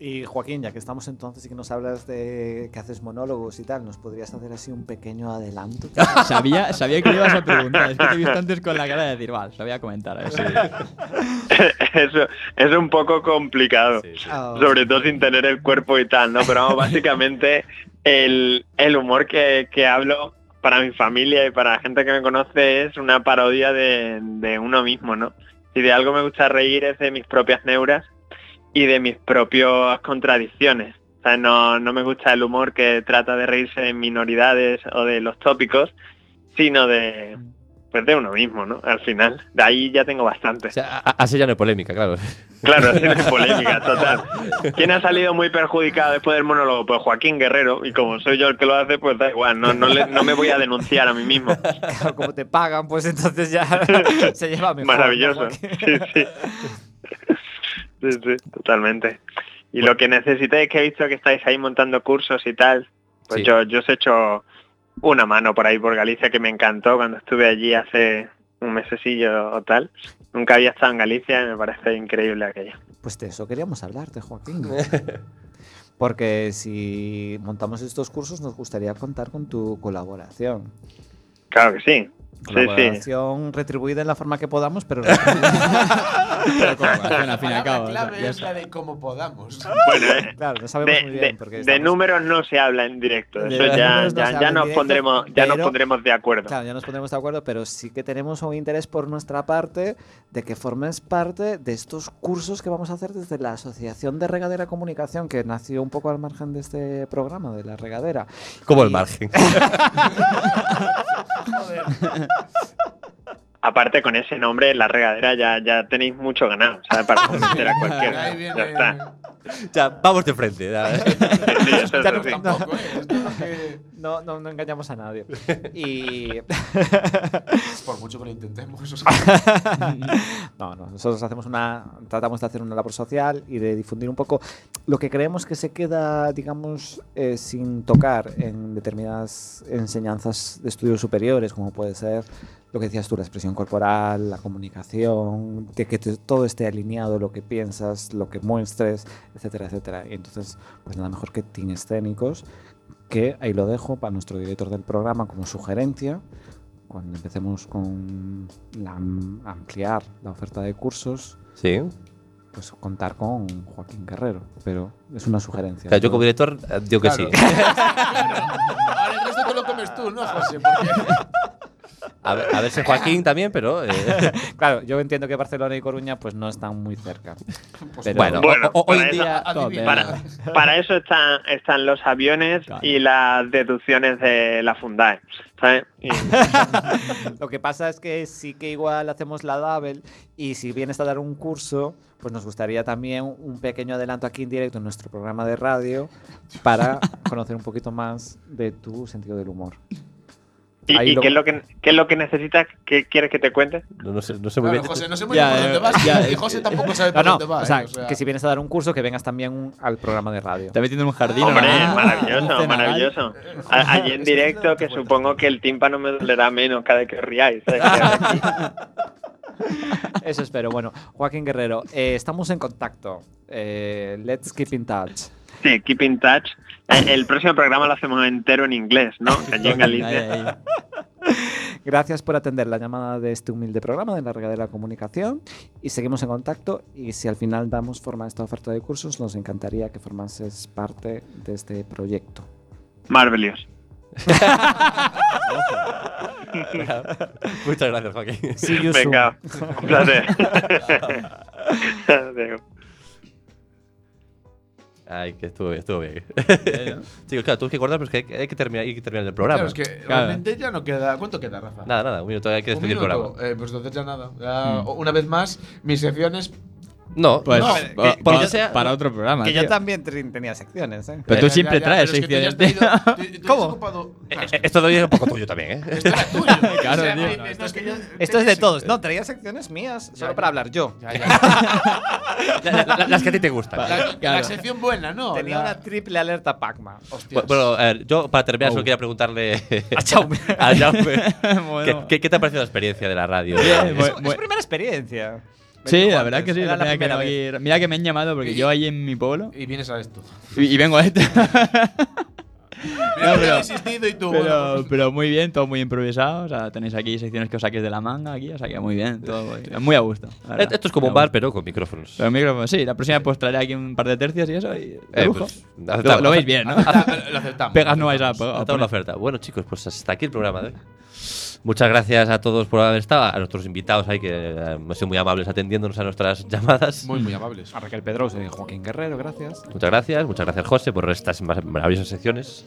[SPEAKER 5] Y Joaquín, ya que estamos entonces y que nos hablas de que haces monólogos y tal, ¿nos podrías hacer así un pequeño adelanto?
[SPEAKER 6] Sabía, sabía que le ibas a preguntar. Es que te he visto antes con la cara de decir, vale, lo voy a comentar. A ver si...
[SPEAKER 9] Eso es un poco complicado.
[SPEAKER 5] Ah,
[SPEAKER 9] sobre todo sin tener el cuerpo y tal, ¿no? Pero vamos, básicamente el, el humor que, que hablo para mi familia y para la gente que me conoce es una parodia de, de uno mismo, ¿no? Si de algo me gusta reír es de mis propias neuras y de mis propias contradicciones. O sea, no, no me gusta el humor que trata de reírse de minoridades o de los tópicos, sino de, pues de uno mismo, ¿no? Al final, de ahí ya tengo bastante.
[SPEAKER 2] O sea, a- a- así ya no hay polémica, claro.
[SPEAKER 9] Claro, así no hay polémica, total. ¿Quién ha salido muy perjudicado después del monólogo? Pues Joaquín Guerrero, y como soy yo el que lo hace, pues da igual, no, no, le- no me voy a denunciar a mí mismo.
[SPEAKER 5] claro, como te pagan, pues entonces ya se lleva mejor. ¿no,
[SPEAKER 9] Maravilloso.
[SPEAKER 5] Joaquín?
[SPEAKER 9] Sí, sí. Sí, sí, totalmente. Y lo que necesitéis, que he visto que estáis ahí montando cursos y tal, pues
[SPEAKER 2] Sí.
[SPEAKER 9] yo, yo os he hecho una mano por ahí por Galicia que me encantó cuando estuve allí hace un mesecillo o tal. Nunca había estado en Galicia y me parece increíble aquello.
[SPEAKER 5] Pues de eso queríamos hablarte, Joaquín. Porque si montamos estos cursos nos gustaría contar con tu colaboración.
[SPEAKER 9] Claro que sí. Sí, sí.
[SPEAKER 5] Colaboración retribuida en la forma que podamos, pero...
[SPEAKER 6] Pero con relación, al fin y
[SPEAKER 3] palabra
[SPEAKER 6] al cabo. o sea,
[SPEAKER 3] clave
[SPEAKER 6] ya
[SPEAKER 3] es
[SPEAKER 6] está.
[SPEAKER 3] la de cómo podamos.
[SPEAKER 9] Bueno, eh,
[SPEAKER 5] claro, no sabemos
[SPEAKER 9] de,
[SPEAKER 5] muy
[SPEAKER 9] de-
[SPEAKER 5] bien. Porque
[SPEAKER 9] de
[SPEAKER 5] estamos-
[SPEAKER 9] números no se habla en directo.
[SPEAKER 5] De
[SPEAKER 9] Eso
[SPEAKER 5] los
[SPEAKER 9] ya,
[SPEAKER 5] números no se
[SPEAKER 9] ya,
[SPEAKER 5] habla
[SPEAKER 9] ya
[SPEAKER 5] en
[SPEAKER 9] nos
[SPEAKER 5] directo,
[SPEAKER 9] pondremos, ya nos
[SPEAKER 5] pero-
[SPEAKER 9] pondremos de acuerdo.
[SPEAKER 5] Claro, ya nos pondremos de acuerdo, pero sí que tenemos un interés por nuestra parte de que formes parte de estos cursos que vamos a hacer desde la Asociación de Regadera Comunicación, que nació un poco al margen de este programa, de la regadera.
[SPEAKER 2] Como el
[SPEAKER 5] Y-
[SPEAKER 2] margen.
[SPEAKER 9] Aparte con ese nombre, la regadera ya, ya tenéis mucho ganado, o sea, para convencer a cualquiera.
[SPEAKER 3] Ahí viene.
[SPEAKER 9] Ya está.
[SPEAKER 2] Ya, vamos de frente. ya.
[SPEAKER 9] Sí, sí, eso es así.
[SPEAKER 3] Tampoco, ¿eh? Esto es lo que-
[SPEAKER 5] No, no, no engañamos a nadie. Y.
[SPEAKER 3] Por mucho que lo intentemos. eso es-
[SPEAKER 5] no, no, nosotros hacemos una. Tratamos de hacer una labor social y de difundir un poco lo que creemos que se queda, digamos, eh, sin tocar en determinadas enseñanzas de estudios superiores, como puede ser lo que decías tú, la expresión corporal, la comunicación, de que te- todo esté alineado, lo que piensas, lo que muestres, etcétera, etcétera. Y entonces, pues nada mejor que team escénicos, que ahí lo dejo para nuestro director del programa como sugerencia. Cuando empecemos con la- ampliar la oferta de cursos,
[SPEAKER 2] Sí.
[SPEAKER 5] pues contar con Joaquín Guerrero. Pero es una sugerencia.
[SPEAKER 2] O sea, yo como director eh, digo que
[SPEAKER 3] Claro.
[SPEAKER 2] sí.
[SPEAKER 3] Ahora el resto te lo comes tú, ¿no, José? Porque
[SPEAKER 2] A ver, a ver si Joaquín también, pero. eh,
[SPEAKER 5] Claro, yo entiendo que Barcelona y Coruña pues no están muy cerca. Pero-
[SPEAKER 2] bueno,
[SPEAKER 9] Bueno,
[SPEAKER 2] o- o- hoy
[SPEAKER 9] para
[SPEAKER 2] en
[SPEAKER 9] eso-
[SPEAKER 2] día.
[SPEAKER 3] adivina.
[SPEAKER 6] Joder.
[SPEAKER 9] Para, para eso están, están los aviones
[SPEAKER 6] Claro.
[SPEAKER 9] y las deducciones de la Fundae. ¿sabes? Y-
[SPEAKER 5] Lo que pasa es que sí que igual hacemos la double y si vienes a dar un curso, pues nos gustaría también un pequeño adelanto aquí en directo en nuestro programa de radio para conocer un poquito más de tu sentido del humor.
[SPEAKER 9] ¿Y,
[SPEAKER 5] Ahí
[SPEAKER 9] y
[SPEAKER 5] lo-
[SPEAKER 9] qué, es lo que, qué es lo que necesitas? ¿Qué quieres que te cuente?
[SPEAKER 2] No, no sé, no sé muy
[SPEAKER 3] claro,
[SPEAKER 2] bien.
[SPEAKER 3] José no sé muy
[SPEAKER 6] Ya,
[SPEAKER 3] bien por
[SPEAKER 6] eh,
[SPEAKER 3] dónde vas
[SPEAKER 6] ya,
[SPEAKER 3] y
[SPEAKER 6] eh,
[SPEAKER 3] José tampoco sabe
[SPEAKER 5] No,
[SPEAKER 3] por
[SPEAKER 5] no,
[SPEAKER 3] dónde va.
[SPEAKER 5] o
[SPEAKER 3] ¿eh?
[SPEAKER 5] sea,
[SPEAKER 3] O sea,
[SPEAKER 5] que si vienes a dar un curso, que vengas también al programa de radio.
[SPEAKER 6] Está metiendo en un jardín.
[SPEAKER 9] Hombre,
[SPEAKER 6] ¿no?
[SPEAKER 9] maravilloso,
[SPEAKER 6] Cenagal.
[SPEAKER 9] maravilloso. A- allí en directo,
[SPEAKER 1] pues,
[SPEAKER 9] que supongo que el tímpano me dolerá menos cada vez que os riáis. ¿eh? ¿sabes? Que-
[SPEAKER 5] Eso espero. Bueno, Joaquín Guerrero, eh, estamos en contacto. Eh, let's keep in touch.
[SPEAKER 9] Sí, Keep in Touch. Eh, El próximo programa lo hacemos entero en inglés, ¿no? Allí en
[SPEAKER 6] Ahí,
[SPEAKER 9] Galicia.
[SPEAKER 6] ahí.
[SPEAKER 5] Gracias por atender la llamada de este humilde programa de la Regadera Comunicación y seguimos en contacto y si al final damos forma a esta oferta de cursos, nos encantaría que formases parte de este proyecto.
[SPEAKER 9] Marvelous.
[SPEAKER 2] Muchas gracias, Joaquín.
[SPEAKER 5] See you soon.
[SPEAKER 9] Venga, un placer. Adiós.
[SPEAKER 2] Ay, que estuvo bien, estuvo bien. Chicos, claro, tú que cortar, pero es que hay, hay que terminar, hay que terminar el programa.
[SPEAKER 3] claro, es que realmente ya no queda. ¿Cuánto queda, Rafa?
[SPEAKER 2] Nada, nada, un minuto, hay que
[SPEAKER 3] Un
[SPEAKER 2] despedir el
[SPEAKER 3] minuto.
[SPEAKER 2] programa.
[SPEAKER 3] Eh, pues entonces ya nada. Ya, Una vez más, mis secciones.
[SPEAKER 2] No,
[SPEAKER 6] Pues,
[SPEAKER 3] No,
[SPEAKER 6] que-
[SPEAKER 2] porque
[SPEAKER 6] para,
[SPEAKER 2] ya sea- eh,
[SPEAKER 6] para otro programa.
[SPEAKER 5] Que yo
[SPEAKER 6] tío.
[SPEAKER 5] también te- tenía secciones, ¿eh?
[SPEAKER 6] Pero tú
[SPEAKER 3] Ya, ya,
[SPEAKER 6] siempre
[SPEAKER 3] ya,
[SPEAKER 6] traes
[SPEAKER 3] pero es que tú ya has
[SPEAKER 6] secciones, tío.
[SPEAKER 3] tenido- tú- tú ya has
[SPEAKER 5] ¿Cómo?
[SPEAKER 3] ocupado- Claro,
[SPEAKER 2] Eh, eh, esto todavía es un poco tuyo también, ¿eh?
[SPEAKER 3] Esto era tuyo.
[SPEAKER 6] Claro,
[SPEAKER 3] O sea,
[SPEAKER 6] tío.
[SPEAKER 3] eh, eh, no, es que yo-
[SPEAKER 5] Esto es de
[SPEAKER 3] tenía-
[SPEAKER 5] todos. No, traía secciones mías, solo
[SPEAKER 3] ya.
[SPEAKER 5] para hablar yo.
[SPEAKER 3] Ya, ya.
[SPEAKER 2] La- la- la- las que a ti te gustan.
[SPEAKER 3] La, la
[SPEAKER 6] Claro.
[SPEAKER 3] sección buena, ¿no?
[SPEAKER 5] Tenía
[SPEAKER 3] La-
[SPEAKER 5] una triple alerta Pacma.
[SPEAKER 3] Hostias.
[SPEAKER 2] Bu- Bueno, a ver, yo para terminar solo quería preguntarle
[SPEAKER 5] A Jaume.
[SPEAKER 2] a Jaume,
[SPEAKER 6] Bueno.
[SPEAKER 2] ¿qué, qué, qué te ha parecido la experiencia de la radio?
[SPEAKER 6] Bien, bueno.
[SPEAKER 5] Es primera experiencia.
[SPEAKER 6] Sí,
[SPEAKER 3] Venga,
[SPEAKER 6] la verdad que sí.
[SPEAKER 3] Juantes, era la
[SPEAKER 6] la primera que
[SPEAKER 3] primera
[SPEAKER 6] vengo aquí. Mira que me han llamado porque yo ahí en mi pueblo.
[SPEAKER 3] Y vienes a esto.
[SPEAKER 6] Y, y vengo a este.
[SPEAKER 3] Pero,
[SPEAKER 6] pero-
[SPEAKER 3] he insistido y tú, bueno,
[SPEAKER 6] pero,
[SPEAKER 3] pues-
[SPEAKER 6] pero muy bien, todo muy improvisado. O sea, tenéis aquí secciones que os saquéis de la manga aquí. O sea, que muy bien, todo muy, muy a gusto. la
[SPEAKER 2] Eh,
[SPEAKER 6] verdad.
[SPEAKER 2] Esto es como un
[SPEAKER 6] Muy a
[SPEAKER 2] bar,
[SPEAKER 6] gusto.
[SPEAKER 2] pero con micrófonos.
[SPEAKER 6] Pero el micrófono, sí, la próxima pues traeré aquí un par de tercias y eso. Y de
[SPEAKER 2] Eh,
[SPEAKER 6] lujo.
[SPEAKER 2] pues,
[SPEAKER 6] lo,
[SPEAKER 2] aceptamos.
[SPEAKER 6] lo veis bien, ¿no?
[SPEAKER 3] Ah, lo aceptamos.
[SPEAKER 6] Pegas no vais a
[SPEAKER 2] Hasta
[SPEAKER 6] a
[SPEAKER 2] ahora la
[SPEAKER 6] poner.
[SPEAKER 2] oferta. Bueno, chicos, pues hasta aquí el programa de hoy. Muchas gracias a todos por haber estado, a nuestros invitados ahí que eh, han sido muy amables atendiéndonos a nuestras llamadas.
[SPEAKER 3] Muy, muy amables.
[SPEAKER 5] A Ah, Raquel Pedroso y Joaquín Guerrero, gracias.
[SPEAKER 2] Muchas gracias, muchas gracias José por estas mar- maravillosas secciones.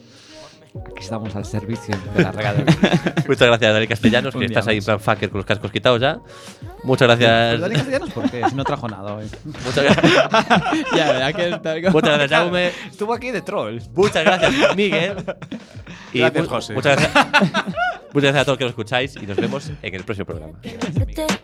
[SPEAKER 5] Aquí estamos al servicio de la regadera.
[SPEAKER 2] Muchas gracias Dani Castellanos, que
[SPEAKER 6] Un día
[SPEAKER 2] estás ahí en
[SPEAKER 6] más.
[SPEAKER 2] plan fucker con los cascos quitados ya. Muchas gracias.
[SPEAKER 5] Pero Dani Castellanos, ¿por qué? Si no trajo nada hoy.
[SPEAKER 2] Muchas gracias,
[SPEAKER 6] Ya, la verdad que está como-
[SPEAKER 2] muchas gracias Jaume.
[SPEAKER 5] Estuvo aquí de troll.
[SPEAKER 2] Muchas gracias Miguel. Y
[SPEAKER 3] Gracias,
[SPEAKER 2] mu-
[SPEAKER 3] José.
[SPEAKER 2] Muchas gracias, muchas gracias a todos que nos escucháis y nos vemos en el próximo programa.
[SPEAKER 1] Gracias, amigo.